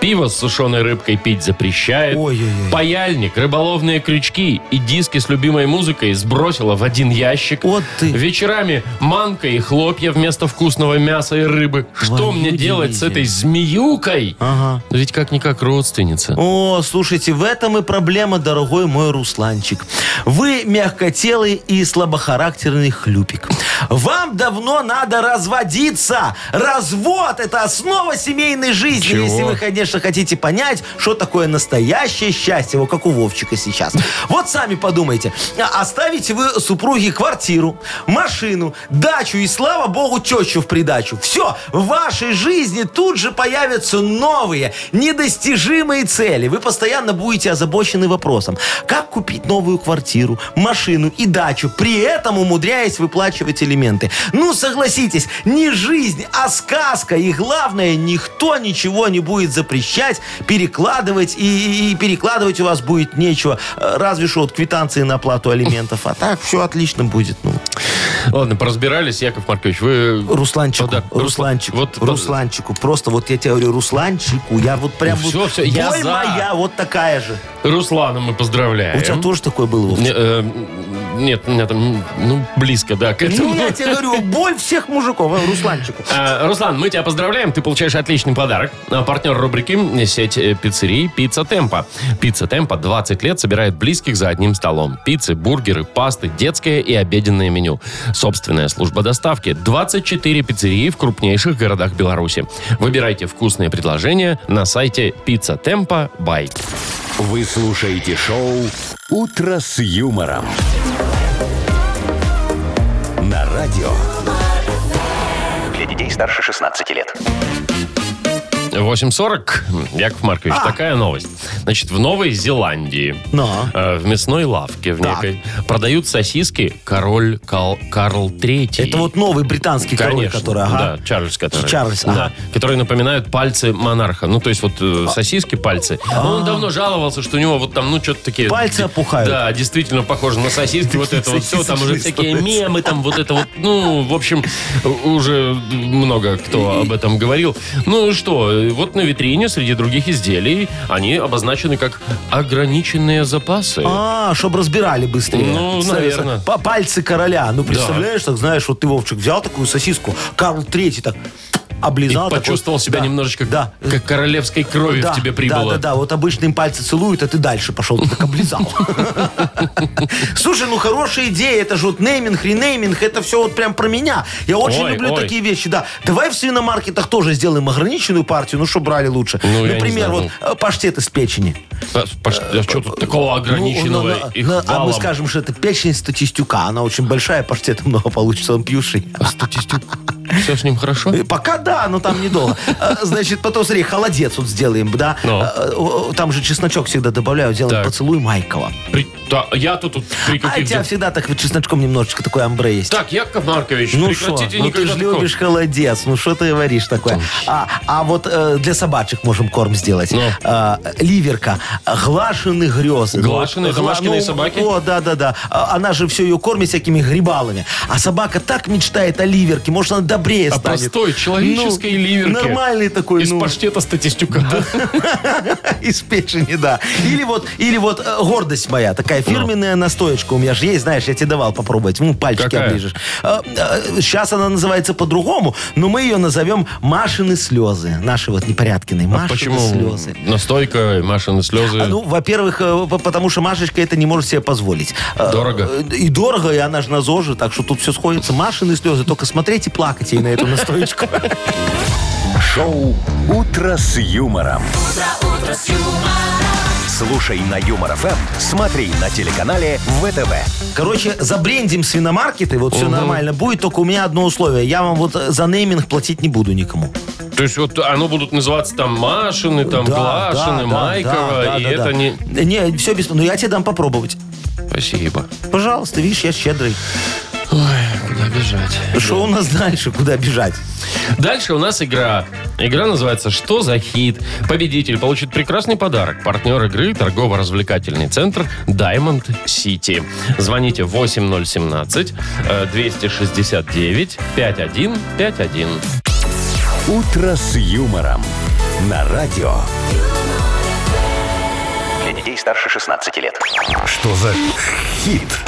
S2: Пиво с сушеной рыбкой пить запрещает.
S3: Ой-ой-ой.
S2: Паяльник, рыболовные крючки и диски с любимой музыкой сбросила в один ящик.
S3: Вот ты.
S2: Вечерами манка и хлопья вместо вкусного мяса и рыбы. Что
S3: Твою
S2: мне делать с
S3: дивизию.
S2: этой змеюкой?
S3: Ага.
S2: Ведь как-никак родственница.
S3: О, слушайте, в этом и проблема, дорогой мой Русланчик. Вы мягкотелый и слабохарактерный хлюпик. Вам давно надо разводиться. Развод – это основа семейной жизни.
S2: Чего?
S3: Если вы, конечно, хотите понять, что такое настоящее счастье, вот как у Вовчика сейчас. Вот сами подумайте. А- Оставите вы супруге квартиру, машину, дачу и, слава богу, тещу в придачу. Все, в вашей жизни тут же появятся новые, недостижимые цели. Вы постоянно будете озабочены вопросом, как купить новую квартиру, машину и дачу, при этом умудряясь выплачивать элементы. Ну, согласитесь, не жизнь, а сказка. И главное, никто ничего не будет запрещать, перекладывать, и, и- и перекладывать у вас будет нечего. Э, Разве что вот квитанции на оплату алиментов. А так все отлично будет. Ну,
S2: Ладно, поразбирались, Яков Маркович. Вы
S3: Русланчику,
S2: Ну Да, Русла-
S3: Русланчику,
S2: вот-
S3: Русланчику. Просто вот я тебе говорю, Русланчику. Я вот прям
S2: Ну,
S3: вот...
S2: всё, всё, я
S3: Боль
S2: за. Эм?
S3: моя вот такая же.
S2: Руслана мы поздравляем.
S3: У тебя тоже такое было, Вовчик?
S2: Не, э, м, Нет, у меня там, м, ну, близко, да, к этому.
S3: Ну, я тебе говорю, боль всех мужиков, а, Русланчику.
S2: Э, Руслан, мы тебя поздравляем. Ты получаешь отличный подарок. А Партнер рубрики – сеть э, пиццерий «Пицца Темпа». «Пицца Темпа» 20 лет собирает близких за одним столом. Пиццы, бургеры, пасты, детское и обеденное меню. Собственная служба доставки. 24 пиццерии в крупнейших городах Беларуси. Выбирайте вкусные предложения на сайте «Пицца Темпа Бай».
S1: Вы слушаете шоу «Утро с юмором». На радио.
S4: Для детей старше 16 лет.
S2: 8.40. Яков Маркович,
S3: А.
S2: такая новость. Значит, в Новой Зеландии
S3: Но.
S2: э, в мясной лавке в
S3: Так.
S2: некой продают сосиски король Кал- Карл Третий.
S3: Это вот новый британский король,
S2: Конечно,
S3: который, ага.
S2: да, Чарльз, который.
S3: Чарльз,
S2: да,
S3: ага.
S2: Которые напоминают пальцы монарха. Ну, то есть вот э, сосиски, пальцы. Он давно жаловался, что у него вот там, ну, что-то такие...
S3: А. Пальцы опухают.
S2: Да, действительно похоже на сосиски. Вот это вот все, там уже
S3: Сосисочные
S2: всякие
S3: становятся.
S2: мемы, там вот это вот, ну, в общем, уже много кто об этом говорил. Ну, и что, э, вот на витрине среди других изделий они обозначены как ограниченные запасы.
S3: А, чтобы разбирали быстрее.
S2: Ну,
S3: Становится-
S2: наверно.
S3: По пальцы короля. Ну, представляешь, так знаешь, вот ты, Вовчик, взял такую сосиску, Карл Третий так
S2: И
S3: облизал. так вот.
S2: почувствовал себя
S3: Да,
S2: немножечко
S3: Да.
S2: как королевской крови
S3: Да,
S2: в тебе
S3: Да,
S2: прибыло.
S3: да, да. Вот обычно им пальцы целуют, а ты дальше пошел, ты так облизал. Слушай, ну хорошая идея. Это же вот нейминг, ренейминг. Это все вот прям про меня. Я очень
S2: Ой,
S3: люблю
S2: ой.
S3: такие вещи, да. Давай в свиномаркетах тоже сделаем ограниченную партию, ну что брали лучше.
S2: Ну, я не
S3: Например,
S2: знаю,
S3: вот э, паштет из печени.
S2: А, Паш, а что тут такого
S3: Э, Ну,
S2: ограниченного
S3: ну, ну,
S2: их
S3: ну, а
S2: валом?
S3: мы скажем, что это печень статистюка. Она очень большая, паштета много получится, он пьющий.
S2: А статистик, все с ним хорошо?
S3: Э, Пока да, но там недолго. Э, Значит, потом, смотри, холодец вот сделаем, да?
S2: Ну.
S3: Э, э, Там же чесночок всегда добавляю, делаем
S2: Так.
S3: поцелуй Майкова.
S2: При- да, я тут, тут при
S3: А у
S2: каких...
S3: тебя всегда так вот чесночком немножечко такой амбре есть.
S2: Так, Яков Маркович,
S3: Ну что,
S2: прекратите
S3: ну ты
S2: никогда
S3: же
S2: такого. А
S3: любишь холодец, ну что ты говоришь такое? А, а вот э, для собачек можем корм сделать.
S2: Ну.
S3: А, ливерка, глашеные грезы.
S2: Глашеные домашние собаки?
S3: ну, О, да-да-да. А, Она же все ее кормит всякими грибалами. А собака так мечтает о ливерке, может она добрее
S2: О
S3: станет.
S2: простой человеческой
S3: Ну,
S2: ливерке.
S3: Нормальный такой,
S2: Из
S3: ну,
S2: паштета статистюка.
S3: из печени, да. Или вот, или вот э, гордость моя, такая
S2: Ну.
S3: фирменная настоечка у меня же есть, знаешь, я тебе давал попробовать. Ну, пальчики
S2: Какая?
S3: оближешь. Сейчас она называется по-другому, но мы ее назовем Машины слезы. Наши вот непорядкины. Машины
S2: А Почему
S3: слезы.
S2: настойка, Машины слезы?
S3: А, Ну, во-первых, э, по- потому что Машечка это не может себе позволить. Э,
S2: Дорого.
S3: э, И дорого, и она же на ЗОЖе, так что тут все сходится. Машины слезы, только смотреть и плакать ей на эту настоечку.
S1: Шоу «Утро с юмором». Слушай на Юмор ФМ, смотри на телеканале ВТВ.
S3: Короче, забрендим свиномаркеты, вот все
S2: Мгм.
S3: нормально будет, только у меня одно условие. Я вам вот э, за нейминг платить не буду никому.
S2: То есть вот оно будут называться там Машины, там
S3: Да,
S2: Глашины,
S3: да, да,
S2: Майкова,
S3: да,
S2: и
S3: да,
S2: это
S3: да.
S2: не...
S3: Не, все бесплатно. Но я тебе дам попробовать.
S2: Спасибо.
S3: Пожалуйста, видишь, я щедрый.
S2: Ой, куда бежать?
S3: Что у нас дальше? Куда бежать?
S2: Дальше у нас игра. Игра называется «Что за хит?». Победитель получит прекрасный подарок. Партнер игры – торгово-развлекательный центр Diamond City. Звоните э, 8017-269-5151.
S1: «Утро с юмором» на радио.
S4: Для детей старше 16 лет.
S1: Что за хит?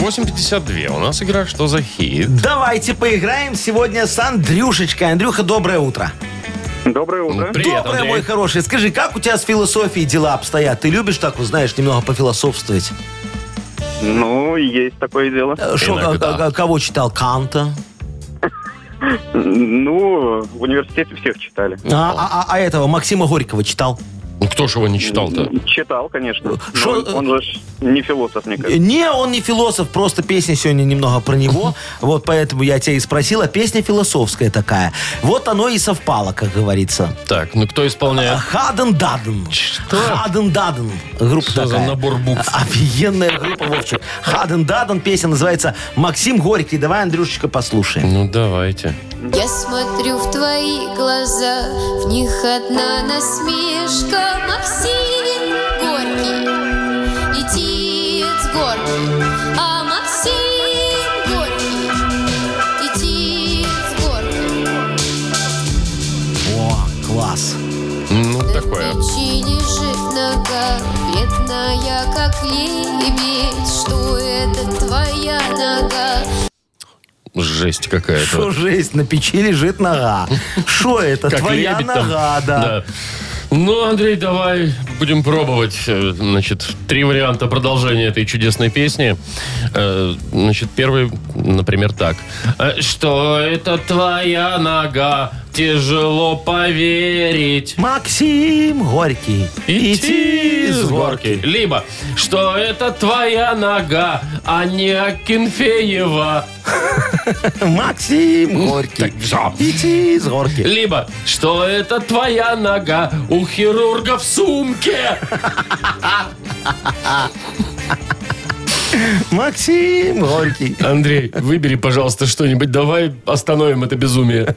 S2: 8.52 у нас игра «Что за хит?»
S3: Давайте поиграем сегодня с Андрюшечкой. Андрюха, доброе утро.
S6: Доброе утро.
S2: Привет,
S3: доброе,
S2: Андрей.
S3: мой хороший. Скажи, как у тебя с философией дела обстоят? Ты любишь так, вот, знаешь, немного пофилософствовать?
S6: Ну, есть такое дело.
S3: Э, шо,
S2: Иногда.
S3: а, а, а, кого читал? Канта?
S6: Ну, в университете всех читали.
S3: А, а- а- а этого Максима Горького читал?
S2: Ну, кто ж его не читал-то?
S6: Читал, конечно. Но
S3: Шо-
S6: Он же ж не философ никак.
S3: Не, он не философ, просто песня сегодня немного про него. Вот поэтому я тебя и спросила. Песня философская такая. Вот оно и совпало, как говорится.
S2: Так, ну кто исполняет?
S3: Хаден Даден.
S2: Что?
S3: Хаден Даден. Группа
S2: Что за
S3: такая.
S2: набор букв?
S3: Офигенная группа, Вовчик. Хаден Даден. Песня называется «Максим Горький». Давай, Андрюшечка, послушаем.
S2: Ну, давайте.
S7: Я смотрю в твои глаза, в них одна насмешка. Максим Горький летит с горки, а Максим Горький летит с горки.
S3: О, класс.
S2: Ну, такое.
S7: На печи лежит нога, бледная, как лебедь. Что это твоя нога?
S2: Жесть
S3: Что
S2: какая-то.
S3: жесть, на печи лежит нога. Что это?
S2: Как
S3: Твоя
S2: лебедь там.
S3: нога, да.
S2: Ну, Андрей, давай будем пробовать. э, Значит, три варианта продолжения этой чудесной песни. Э, Значит, первый, например, так. Э, Что это твоя нога? Тяжело поверить.
S3: Максим Горький.
S2: Идти с горки. Либо, что это твоя нога, а не Акинфеева.
S3: Максим Горький.
S2: всё.
S3: Идти с горки.
S2: Либо, что это твоя нога у хирурга в сумке.
S3: Максим Горький.
S2: Андрей, выбери, пожалуйста, что-нибудь. Давай остановим это безумие.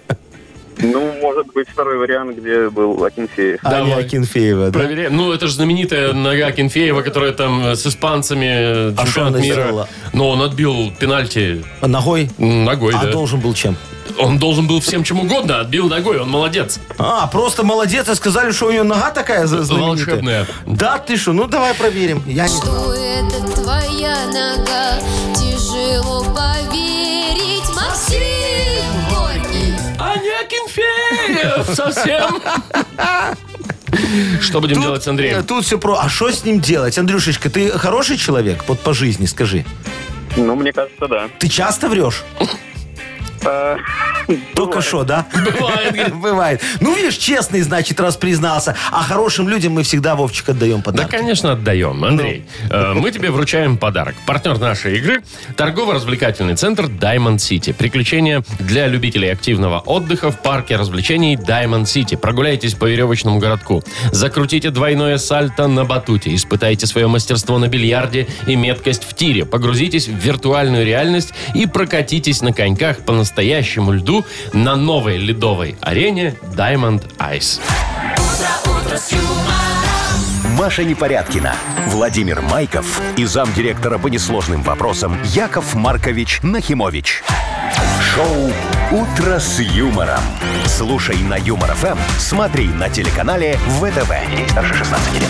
S6: Ну, может быть, второй вариант, где был Акинфеев.
S3: Аня
S2: Давай.
S3: Акинфеева, А да?
S2: Проверяем. Ну, это же знаменитая нога Кенфеева, которая там э, с испанцами э,
S3: А что
S2: чемпионат
S3: она
S2: мира.
S3: сделала?
S2: Но он отбил пенальти
S3: А Ногой?
S2: ногой,
S3: А
S2: да.
S3: должен был чем?
S2: Он должен был всем чем угодно, а отбил ногой, он молодец.
S3: А, просто молодец, и сказали, что у нее нога такая за- знаменитая.
S2: Волшебная.
S3: Да, ты что? Ну, давай проверим. Я не...
S7: Что это твоя нога? Тяжело поверить, Максим Горький.
S2: А не Акинфеев совсем. Что будем делать с
S3: Э,
S2: Андреем?
S3: Тут все про... А что с ним делать? Андрюшечка, ты хороший человек? Вот по жизни скажи.
S6: Ну, мне кажется, да.
S3: Ты часто врешь?
S6: А,
S3: Только
S6: бывает.
S3: что, да?
S2: Бывает, говорит.
S3: Бывает. Ну, видишь, честный, значит, раз признался. А хорошим людям мы всегда, Вовчик, отдаем
S2: Да,
S3: подарки.
S2: конечно, отдаем. Андрей, э, мы тебе вручаем подарок. Партнер нашей игры – торгово-развлекательный центр Diamond City. Приключения для любителей активного отдыха в парке развлечений Diamond City. Прогуляйтесь по веревочному городку. Закрутите двойное сальто на батуте. Испытайте свое мастерство на бильярде и меткость в тире. Погрузитесь в виртуальную реальность и прокатитесь на коньках по настоящему льду на новой ледовой арене Diamond Ice.
S1: Маша Непорядкина, Владимир Майков и замдиректора по несложным вопросам Яков Маркович Нахимович. Шоу «Утро с юмором». Слушай на Юмор ФМ, смотри на телеканале ВТВ. Ей старше 16 лет.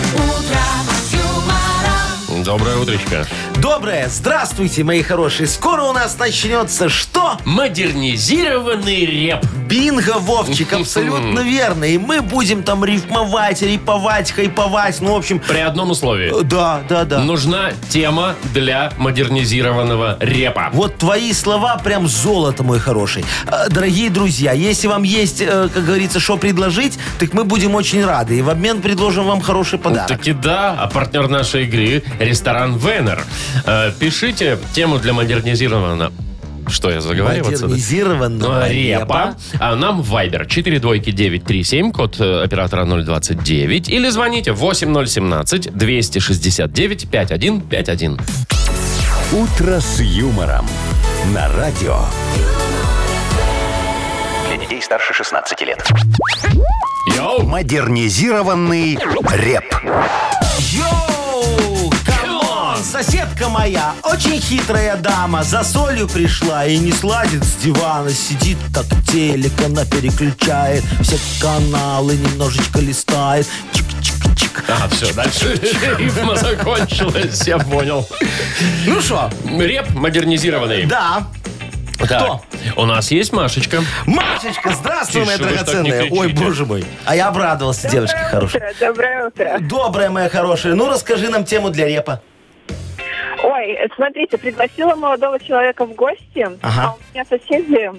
S2: Доброе утречко.
S3: Доброе, здравствуйте, мои хорошие. Скоро у нас начнется что?
S2: Модернизированный реп.
S3: Бинго, Вовчик, абсолютно верно. И мы будем там рифмовать, риповать, хайповать. Ну, в общем,
S2: При одном условии.
S3: э, да, да, да.
S2: Нужна тема для модернизированного репа.
S3: Вот твои слова прям золото, мой хороший. Э, Дорогие друзья, если вам есть, э, как говорится, что предложить, так мы будем очень рады. И в обмен предложим вам хороший подарок.
S2: Таки да, а партнер нашей игры – ресторан Венер. Э, пишите тему для модернизированного... Что я заговариваться?
S3: Модернизированного
S2: Репа.
S3: репа.
S2: А нам Viber 42937, код э, оператора 029. Или звоните 8017-269-5151.
S1: «Утро с юмором» на радио.
S4: Для детей старше 16 лет.
S2: Йоу!
S1: Модернизированный реп.
S3: Йоу! Камон! соседка моя, очень хитрая дама, за солью пришла и не сладит с дивана. Сидит так телек, она переключает все каналы, немножечко листает. Чик-чик-чик.
S2: А, все, дальше рифма закончилась, я понял.
S3: Ну что,
S2: Реп модернизированный.
S3: да.
S2: Так, У нас есть Машечка.
S3: Машечка, здравствуй,
S2: Тише вы
S3: моя
S2: ж так не
S3: драгоценная. Ой,
S2: кричите.
S3: боже мой. А я обрадовался, девочки хорошие.
S8: утро, доброе утро.
S3: Добрая моя хорошая. Ну, расскажи нам тему для репа.
S8: Ой, э, смотрите, пригласила молодого человека в гости,
S3: Ага.
S8: а у меня соседи,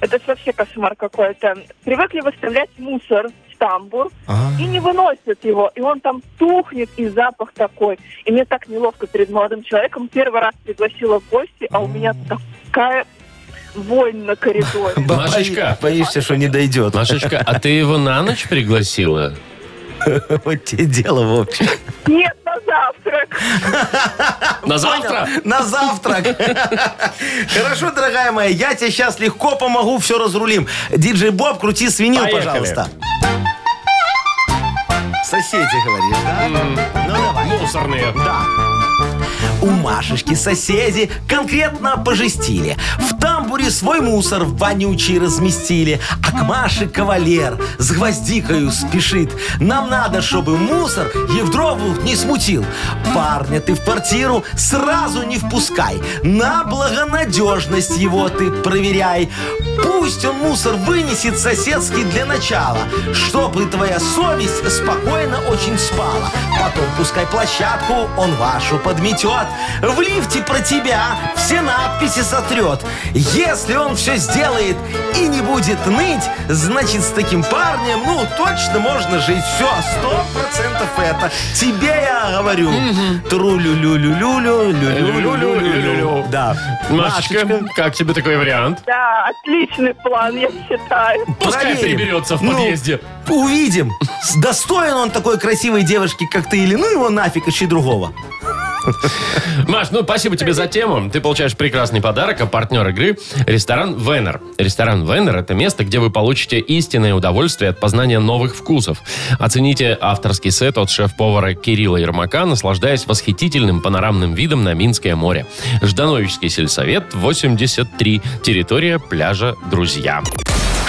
S8: это ж вообще кошмар какой-то, привыкли выставлять мусор в тамбур
S3: Ага.
S8: и не выносят его, и он там тухнет, и запах такой. И мне так неловко перед молодым человеком. Первый раз пригласила в гости, а у меня такая вонь на коридоре.
S3: Бо-
S2: Машечка.
S3: бои- Боишься, что не дойдет.
S2: Машечка, а ты его на ночь пригласила?
S3: Вот тебе дело, Вовчик.
S8: Нет, на завтрак.
S2: На завтра?
S3: Понял? На завтрак. Хорошо, дорогая моя, я тебе сейчас легко помогу, все разрулим. Диджей Боб, крути свинил,
S2: Поехали.
S3: пожалуйста. Соседи, говоришь, да? Ну, давай.
S2: Мусорные.
S3: Да. У Машечки соседи конкретно пожестили. В тамбуре свой мусор вонючий разместили. А к Маше кавалер с гвоздикою спешит. Нам надо, чтобы мусор Евдрову не смутил. Парня ты в квартиру сразу не впускай. На благонадежность его ты проверяй. Пусть он мусор вынесет соседский для начала, чтобы твоя совесть спокойно очень спала. Потом пускай площадку он вашу подметет, в лифте про тебя все надписи сотрет. Если он все сделает и не будет ныть, значит с таким парнем, ну, точно можно жить. Все, сто процентов это. Тебе я говорю. Тру-лю-лю-лю-лю-лю, лю-лю-лю-лю-лю-лю. Да.
S2: Машечка, как тебе такой вариант?
S8: Да, отличный план, я считаю.
S2: Пускай
S3: Проверим.
S2: приберется в
S3: Ну,
S2: подъезде.
S3: увидим. С- Достоин он такой красивой девушки, как ты, или ну его нафиг, ищи другого.
S2: Маш, ну спасибо тебе за тему. Ты получаешь прекрасный подарок, а партнер игры – ресторан «Венер». Ресторан «Венер» – это место, где вы получите истинное удовольствие от познания новых вкусов. Оцените авторский сет от шеф-повара Кирилла Ермака, наслаждаясь восхитительным панорамным видом на Минское море. Ждановический сельсовет, 83. Территория пляжа «Друзья».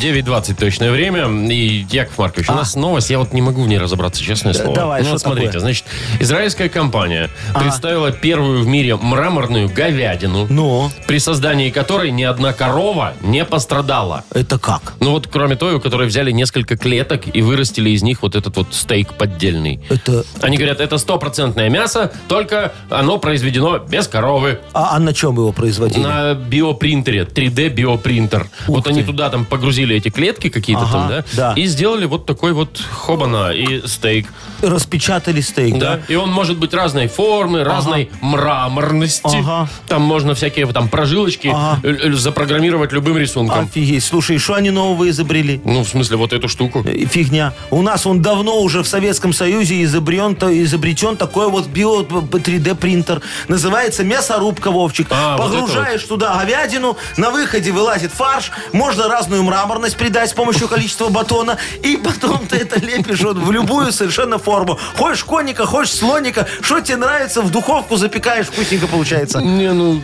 S2: 9.20 точное время. И, Яков Маркович, у нас новость, я вот не могу в ней разобраться, честное слово.
S3: А. давай,
S2: ну,
S3: что
S2: вот смотрите,
S3: такое? А.
S2: значит, израильская компания представила первую в мире мраморную говядину,
S3: Ну,
S2: при создании которой ни одна корова не пострадала.
S3: это как?
S2: Ну вот, кроме той, у которой взяли несколько клеток и вырастили из них вот этот вот стейк поддельный.
S3: Это...
S2: Они говорят, это стопроцентное мясо, только оно произведено без коровы.
S3: А, а на чем его производили?
S2: На биопринтере, 3D биопринтер. вот они туда там погрузили эти клетки какие-то
S3: Ага,
S2: там, да?
S3: да.
S2: И сделали вот такой вот хобана и стейк.
S3: Распечатали стейк,
S2: Да.
S3: да?
S2: И он может быть разной формы, разной мраморности.
S3: Ага.
S2: Там можно всякие там прожилочки
S3: Ага.
S2: э, э, запрограммировать любым рисунком.
S3: Офигеть. Слушай, и что они нового изобрели?
S2: Ну, в смысле, вот эту штуку.
S3: Э, Фигня. У нас он давно уже в Советском Союзе изобрен, то- изобретен такой вот био 3D принтер. Называется мясорубка, Вовчик.
S2: А, вот это
S3: Погружаешь туда говядину, на выходе вылазит фарш, можно разную мраморность придать с помощью количества батона, и потом ты это лепишь вот в любую совершенно форму. Хочешь конника, хочешь слоника, что тебе нравится, в духовку запекаешь, вкусненько получается.
S2: Не, ну,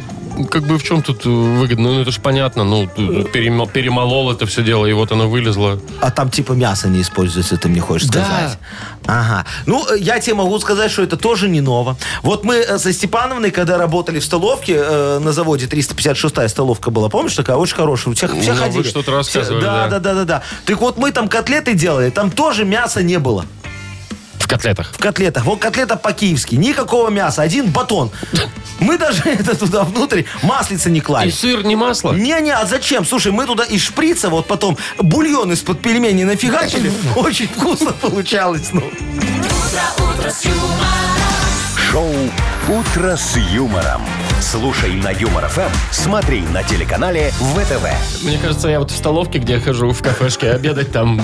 S2: как бы в чем тут э, выгодно? Ну, это же понятно. Ну, т- перемол- перемолол это все дело, и вот оно вылезло.
S3: А там типа мясо не используется, ты мне хочешь сказать. Ага. Ну, э, я тебе могу сказать, что это тоже не ново. Вот мы э, со Степановной, когда работали в столовке, э, на заводе 356-я столовка была, помнишь, такая очень хорошая, у всех, все
S2: Ну, вы
S3: ходили.
S2: что-то рассказывали,
S3: Все-
S2: да.
S3: да, да, да, да, да. Так вот мы там котлеты делали, там тоже мяса не было.
S2: В котлетах.
S3: В котлетах. Вот котлета по-киевски. Никакого мяса, один батон. Мы даже это туда внутрь маслица не клали.
S2: И сыр, не масло?
S3: Не-не, а зачем? Слушай, мы туда из шприца вот потом бульон из-под пельменей нафигачили. Очень вкусно получалось. Ну.
S1: Шоу «Утро с юмором» Слушай на Юмор ФМ, смотри на телеканале ВТВ.
S2: Мне кажется, я вот в столовке, где я хожу в кафешке обедать, там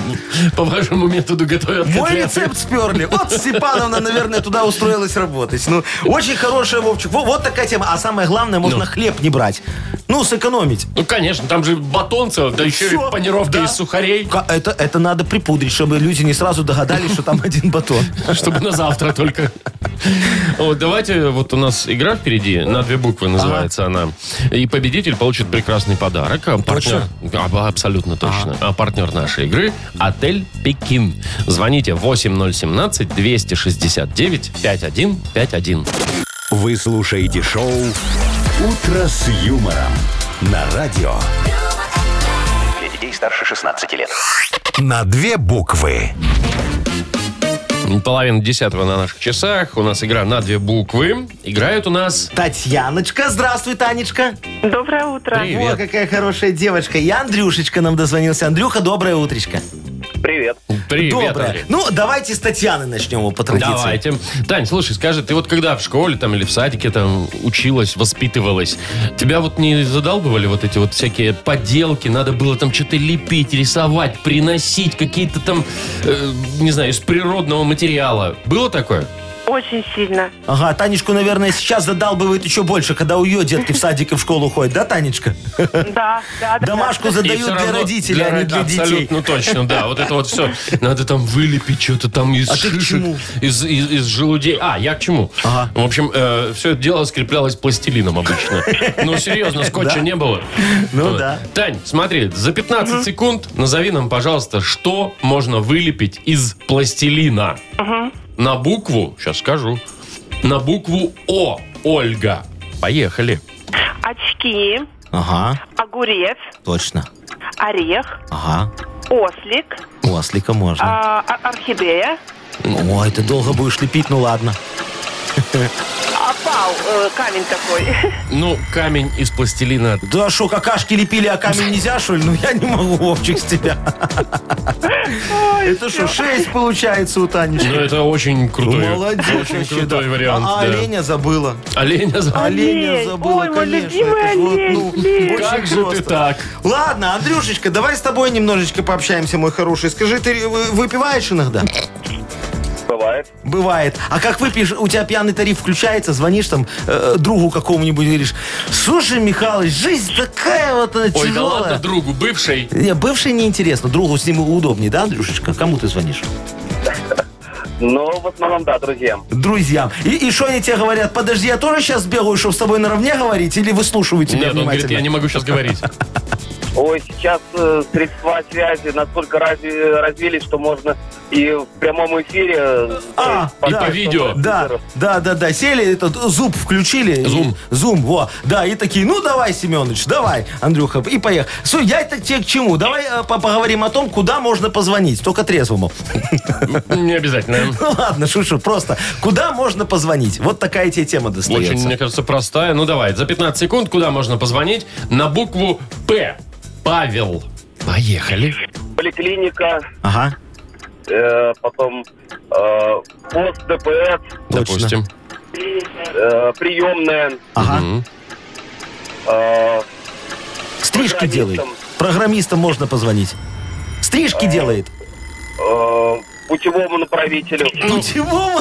S2: по вашему методу готовят
S3: Мой
S2: котлеты.
S3: рецепт сперли. Вот Степановна, наверное, туда устроилась работать. Ну, очень хорошая, Вовчик. Во- Вот такая тема. А самое главное, можно хлеб не брать. Ну, сэкономить.
S2: Ну, конечно, там же батон целый, да еще
S3: Всё,
S2: и панировка
S3: да.
S2: из сухарей,
S3: Ка- Это, это надо припудрить, чтобы люди не сразу догадались, что там один батон.
S2: чтобы на завтра только. Вот давайте, вот у нас игра впереди, на две буквы называется она. И победитель получит прекрасный подарок. А партнер- А, Абсолютно точно. А партнер нашей игры – отель «Пекин». Звоните 8017-269-5151.
S1: Вы слушаете шоу «Утро с юмором» на радио.
S4: Для детей старше 16 лет.
S1: На две буквы.
S2: Половина десятого на наших часах. У нас игра на две буквы. Играют у нас...
S3: Татьяночка, здравствуй, Танечка.
S8: Доброе утро.
S3: О,
S2: Привет.
S3: какая хорошая девочка. И Андрюшечка нам дозвонился. Андрюха, доброе утречко.
S6: Привет.
S2: Привет,
S3: Доброе.
S2: Андрей.
S3: Ну, давайте с Татьяны начнем вот, по традиции.
S2: Давайте. Тань, слушай, скажи, ты вот когда в школе там или в садике там училась, воспитывалась, тебя вот не задалбывали вот эти вот всякие поделки, надо было там что-то лепить, рисовать, приносить, какие-то там, э, не знаю, из природного материала. Было такое?
S8: Очень сильно.
S3: Ага, Танечку, наверное, сейчас задалбывает еще больше, когда у ее детки в садик и в школу ходят, да, Танечка?
S8: Да, да, да.
S3: Домашку
S2: И
S3: задают
S2: всё
S3: для
S2: равно
S3: родителей, а не
S2: род-
S3: для детей.
S2: Абсолютно точно, да. Вот это вот все. Надо там вылепить что-то там из
S3: А ты к
S2: шишек,
S3: чему?
S2: из, из, из желудей. А, я к чему?
S3: Ага.
S2: В общем, все это дело скреплялось пластилином обычно. Ну, серьезно, скотча
S3: Да.
S2: не было.
S3: Ну
S2: Вот.
S3: да.
S2: Тань, смотри, за 15 секунд назови нам, пожалуйста, что можно вылепить из пластилина. На букву, сейчас скажу, на букву О, Ольга. Поехали.
S8: Очки,
S3: Ага,
S8: огурец,
S3: точно.
S8: орех,
S3: Ага.
S8: ослик,
S3: Ослика можно.
S8: а, а- орхидея,
S3: Ой, ты долго будешь лепить, ну ладно.
S8: опал, э, камень такой.
S2: Ну, камень из пластилина
S3: Да что, какашки лепили, а камень нельзя, что ли? Ну я не могу, Вовчик, с тебя. Это что, шесть получается у
S2: Ну,
S3: Танечки?
S2: это очень
S3: Ну,
S2: крутой,
S3: молодец
S2: очень
S3: вообще,
S2: крутой
S3: да.
S2: вариант.
S3: А
S2: да.
S3: оленя забыла.
S2: Оленя за-
S3: Оленя
S8: Олень.
S3: забыла,
S8: Ой, мой
S3: конечно.
S8: любимый
S3: Это ж вот,
S8: олень,
S3: ну,
S8: блин.
S3: очень
S2: Как же ты
S3: просто.
S2: так?
S3: Ладно, Андрюшечка, давай с тобой немножечко пообщаемся, мой хороший. Скажи, ты э, выпиваешь иногда?
S6: Бывает.
S3: Бывает. А как выпьешь, у тебя пьяный тариф включается, звонишь там э, другу какому-нибудь и говоришь, слушай, Михалыч, жизнь такая вот она
S2: Ой, да ладно
S3: тяжелая.
S2: другу, бывший.
S3: Не, бывший неинтересно, другу с ним удобнее, да, Андрюшечка? Кому ты звонишь?
S6: Но Ну, в основном, да, друзьям.
S3: Друзьям. И что они тебе говорят? Подожди, я тоже сейчас бегаю, чтобы с тобой наравне говорить? Или выслушиваю тебя
S2: Нет, он говорит, я
S3: внимательно?
S2: не могу сейчас говорить.
S6: Ой, сейчас э, средства связи настолько разви- развились, что можно и в прямом эфире... э,
S3: А,
S6: то
S2: И
S6: есть
S2: по
S6: показывать
S2: видео.
S3: Да,
S6: компьютеров.
S3: да, да, да. Сели, этот э, зуб включили.
S2: Зум.
S3: Зум, во. Да, и такие, ну давай, Семенович, давай, Андрюха, и поехал. Слушай, я это тебе к чему? Давай э, по- поговорим о том, куда можно позвонить, только трезвому.
S2: Не обязательно.
S3: Ну ладно, шушу, просто. Куда можно позвонить? Вот такая тебе тема
S2: Очень, мне
S3: достается.
S2: кажется, простая. Ну, давай, за 15 секунд куда можно позвонить? На букву «П». Павел. Поехали.
S6: Поликлиника,
S3: Ага,
S6: э, потом э, пост ДПС,
S3: точно.
S2: Допустим.
S6: э, приемная,
S3: Ага.
S2: Мгм.
S6: э,
S3: Стрижки делает.
S6: Программистам.
S3: Программистам можно позвонить. Стрижки делает.
S6: э, путевому направителю.
S2: ну.
S3: Ну, Путевому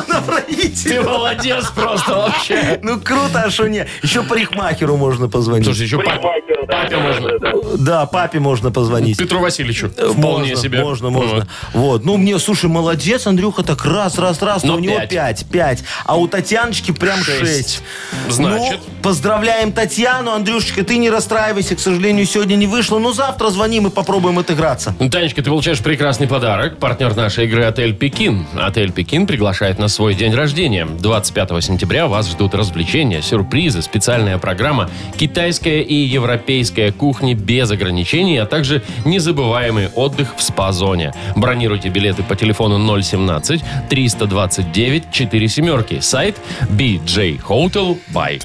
S2: Ты
S3: направителю.
S2: молодец просто вообще.
S3: Ну круто, а что не? Еще парикмахеру можно позвонить.
S2: Слушай, еще папе,
S6: Парикмахеру, да,
S2: папе
S6: да, да,
S2: можно.
S6: да.
S3: Да, папе можно позвонить.
S2: Петру Васильевичу.
S3: Э,
S2: Вполне
S3: можно,
S2: себе.
S3: Можно, можно. Вот. Ну, мне, слушай, молодец, Андрюха, так раз, раз, раз. Но,
S2: Но
S3: у него
S2: пять.
S3: пять, пять. А у Татьяночки прям
S2: Шесть.
S3: шесть.
S2: Значит.
S3: Ну, поздравляем Татьяну. Андрюшечка, ты не расстраивайся, к сожалению, сегодня не вышло. Но завтра звоним и попробуем отыграться.
S2: Ну, Танечка, ты получаешь прекрасный подарок. Партнер нашей игры «Отель Пекин». «Отель Пекин» приглашает на свой день рождения. 25 сентября вас ждут развлечения, сюрпризы, специальная программа, китайская и европейская кухни без ограничений, а также незабываемый отдых в спа-зоне. Бронируйте билеты по телефону 017 329 4 семерки. Сайт BJ Hotel by.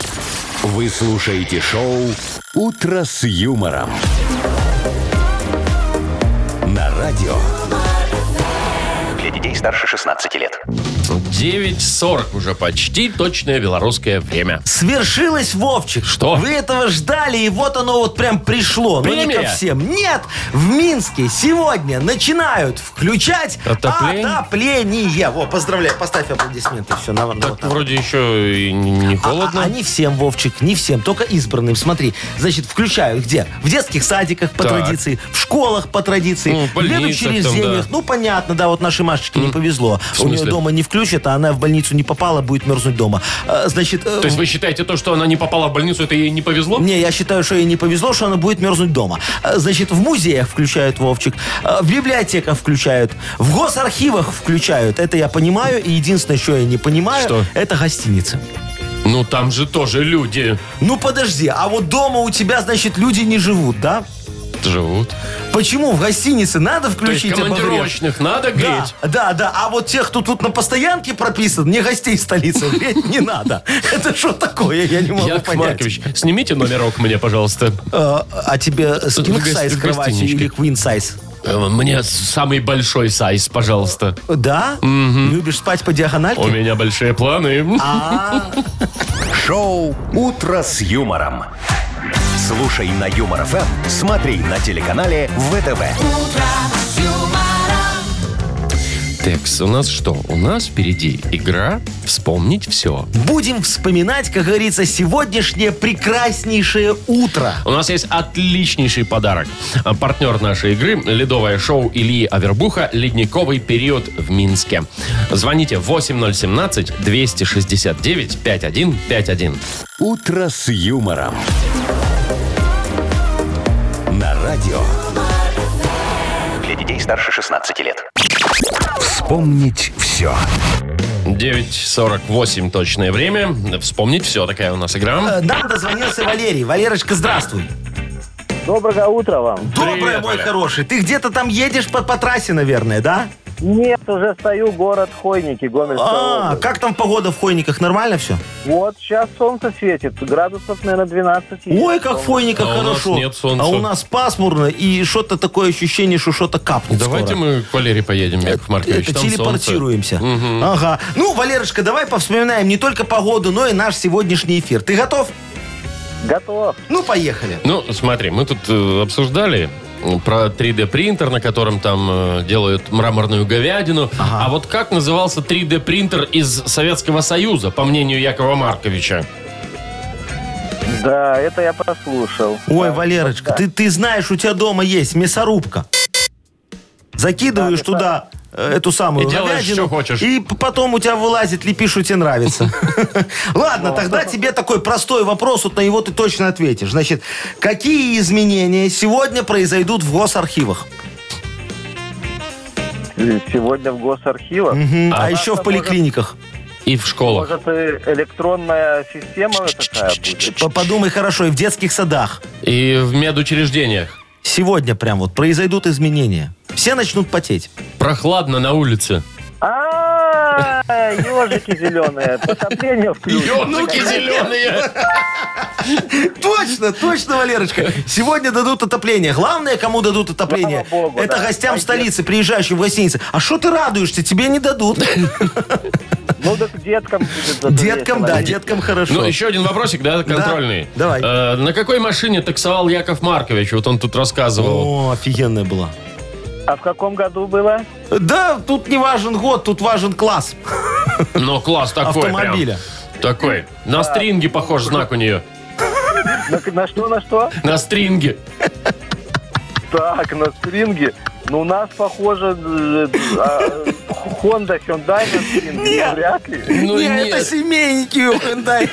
S1: Вы слушаете шоу «Утро с юмором». На радио.
S4: Для детей старше 16 лет.
S2: 9.40 уже почти точное белорусское время.
S3: Свершилось, Вовчик.
S2: Что?
S3: Вы этого ждали, и вот оно вот прям пришло. Но не ко
S2: Премия?
S3: всем. Нет, в Минске сегодня начинают включать
S2: Отопление?
S3: отопление. Во, поздравляю, поставь аплодисменты. Все, на, на-
S2: Так вроде еще и не, не
S3: А-
S2: холодно.
S3: А, а не всем, Вовчик, не всем, только избранным. Смотри, значит, включаю где? В детских садиках по
S2: Так.
S3: традиции, в школах по традиции,
S2: Ну, в больницах
S3: через
S2: там,
S3: землях.
S2: да.
S3: Ну, понятно, да, вот нашей Машечке не повезло.
S2: в
S3: У нее
S2: смысле?
S3: дома не включат, а она в больницу не попала, будет мерзнуть дома. А, Значит, э,
S2: То есть вы считаете то, что она не попала в больницу, это ей не повезло?
S3: не, я считаю, что ей не повезло, что она будет мерзнуть дома. А, Значит, в музеях включают Вовчик, а, в библиотеках включают, в госархивах включают. Это я понимаю, и единственное, что я не понимаю,
S2: Что?
S3: это гостиницы.
S2: Ну там же тоже люди
S3: Ну подожди, а вот дома у тебя, значит, люди не живут, да?
S2: живут.
S3: Почему в гостинице надо
S2: То есть
S3: включить обогрев?
S2: командировочных надо
S3: Да,
S2: греть.
S3: да, да. А вот тех, кто тут на постоянке прописан, мне гостей столицы греть не надо. Это что такое? Я не могу
S2: Яков
S3: понять.
S2: Маркович, снимите номерок мне, пожалуйста.
S3: Э, А тебе с
S2: Тут в
S3: king
S2: гос-
S3: size
S2: в
S3: кроватью
S2: гостиничке.
S3: или queen size?
S2: Э, Мне самый большой сайз, пожалуйста.
S3: Да? Любишь спать по
S2: У
S3: диагональке?
S2: меня большие планы.
S3: А-
S1: Шоу «Утро с юмором». Слушай на Юмор ФМ, смотри на телеканале ВТВ.
S2: Текс, у нас что? У нас впереди игра «Вспомнить все».
S3: Будем вспоминать, как говорится, сегодняшнее прекраснейшее утро.
S2: У нас есть отличнейший подарок. А Партнер нашей игры – ледовое шоу Ильи Авербуха «Ледниковый период в Минске». Звоните 8017-269-5151.
S1: «Утро с юмором». На радио
S4: Для детей старше 16 лет.
S1: «Вспомнить все».
S2: 9.48 точное время. Вспомнить все. Такая у нас игра.
S3: Э, Нам дозвонился Валерий. Валерочка, здравствуй.
S6: Доброе утро вам.
S3: Доброе,
S2: Привет,
S3: мой
S2: Валя.
S3: хороший. Ты где-то там едешь по, по трассе, наверное, да?
S6: Нет, уже стою, город Хойники, Гомельская
S3: А,
S6: область.
S3: как там погода в Хойниках? Нормально все?
S6: Вот сейчас солнце светит, градусов, наверное, 12. есть.
S3: Ой, как в Хойниках
S2: А у нас
S3: хорошо.
S2: нет солнца.
S3: А у нас пасмурно, и что-то такое ощущение, что что-то капнет
S2: Давайте
S3: Э, скоро.
S2: мы к Валерии поедем, Яков Маркович.
S3: Это
S2: Там солнце.
S3: Э, телепортируемся.
S2: Мгм.
S3: Ага. Ну, Валерочка, давай повспоминаем не только погоду, но и наш сегодняшний эфир. Ты готов?
S6: Готов.
S3: Ну, поехали.
S2: Ну, смотри, мы тут э, обсуждали э, про 3D-принтер, на котором там э, делают мраморную говядину. А вот как назывался 3D-принтер из Советского Союза, по мнению Якова Марковича?
S6: Да, это я прослушал.
S3: Ой,
S6: Да,
S3: Валерочка,
S6: да.
S3: ты, ты знаешь, у тебя дома есть мясорубка. Закидываешь туда э, эту самую
S2: И делаешь,
S3: говядину,
S2: что хочешь.
S3: и п- потом у тебя вылазит, лепишь, что тебе нравится.
S6: Ну,
S3: Ладно, тогда тебе такой простой вопрос, вот на него ты точно ответишь. Значит, какие изменения сегодня произойдут в госархивах?
S6: Сегодня в госархивах.
S3: Мгм, А
S2: А.
S3: еще в поликлиниках.
S2: И в школах.
S6: Может, и электронная система такая будет?
S3: П- Подумай хорошо, и в детских садах.
S2: И в медучреждениях.
S3: Сегодня прям вот произойдут изменения. Все начнут потеть.
S2: Прохладно на улице.
S6: А, ежики зеленые, отопление включено.
S2: Ёлки зеленые.
S3: Точно, точно, Валерочка. Сегодня дадут отопление. Главное, кому дадут отопление,
S6: Слава богу,
S3: это
S6: да.
S3: гостям
S6: Пойдет.
S3: столицы, приезжающим в гостиницы. А что ты радуешься? Тебе не дадут.
S6: Ну, так деткам будет зато
S3: Деткам,
S6: весело.
S3: да,
S6: Они-
S3: деткам хорошо.
S2: Ну, еще один вопросик, да, контрольный.
S3: давай.
S2: Э, на какой машине таксовал Яков Маркович? Вот он тут рассказывал.
S3: О, офигенная была.
S6: А в каком году было?
S3: Да, тут не важен год, тут важен класс
S2: Но Ну, класс такой прям.
S3: автомобиля.
S2: Такой. На стринге похож знак у нее.
S6: На, на что, на что?
S2: На стринге.
S6: Так, на стринге. Ну, у нас, похоже, э, а, Honda, Hyundai на стринге.
S3: Нет.
S6: Ну, Вряд ли.
S2: Ну,
S3: не,
S2: нет.
S3: это семейники у Hyundai.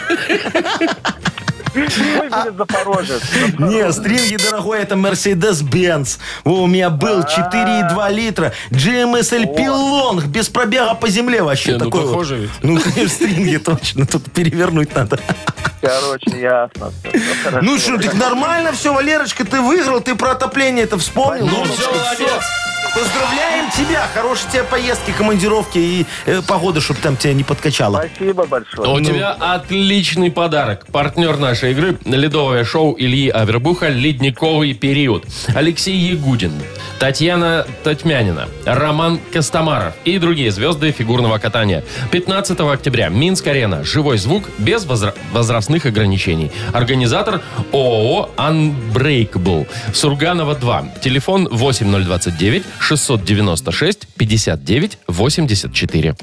S3: А,
S6: Какой будет Запорожец?
S3: Не, стринги, дорогой, это Mercedes-Benz. Во, у меня был 4,2 литра. GMSLP Long, без пробега по земле вообще.
S2: Не, ну,
S3: такой вот.
S2: похоже ведь.
S3: Ну, конечно, стринги точно. Тут перевернуть надо.
S6: Короче, ясно. Всё, всё хорошо.
S3: Ну что, так нормально все, Валерочка, ты выиграл, ты про отопление это вспомнил.
S2: Ну, все,
S3: Умничка, всё.
S2: молодец.
S3: Поздравляем тебя! Хорошей тебе поездки, командировки и э, погода, чтобы там тебя не подкачало.
S5: Спасибо большое.
S2: Ну, У тебя отличный подарок. Партнер нашей игры – ледовое шоу Ильи Авербуха «Ледниковый период». Алексей Ягудин, Татьяна Татьмянина, Роман Костомаров и другие звезды фигурного катания. 15 октября. Минск-арена. Живой звук без возра- возрастных ограничений. Организатор ООО «Unbreakable». Сурганова 2. Телефон 8029 696 59 84.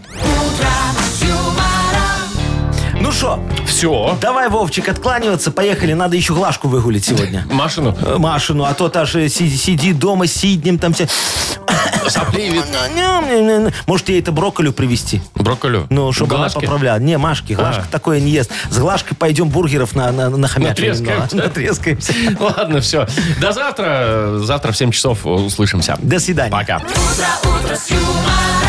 S3: Ну что,
S2: Все.
S3: давай, Вовчик, откланиваться. Поехали, надо еще глажку выгулить сегодня.
S2: Машину.
S3: Э, Машину, а то та же сиди, сиди дома с сиднем там все. Может, ей это брокколю привезти?
S2: Брокколю.
S3: Ну, чтобы
S2: Глазки?
S3: она поправляла. Не, Машки, Глашка
S2: А.
S3: такое не ест. С Глашкой пойдем бургеров на, на, нахомячим немного.
S2: Натрескаемся.
S3: Натрескаемся.
S2: Ладно, все. До завтра. Завтра в 7 часов услышимся.
S3: До свидания.
S2: Пока.
S7: утро, утро с юмором.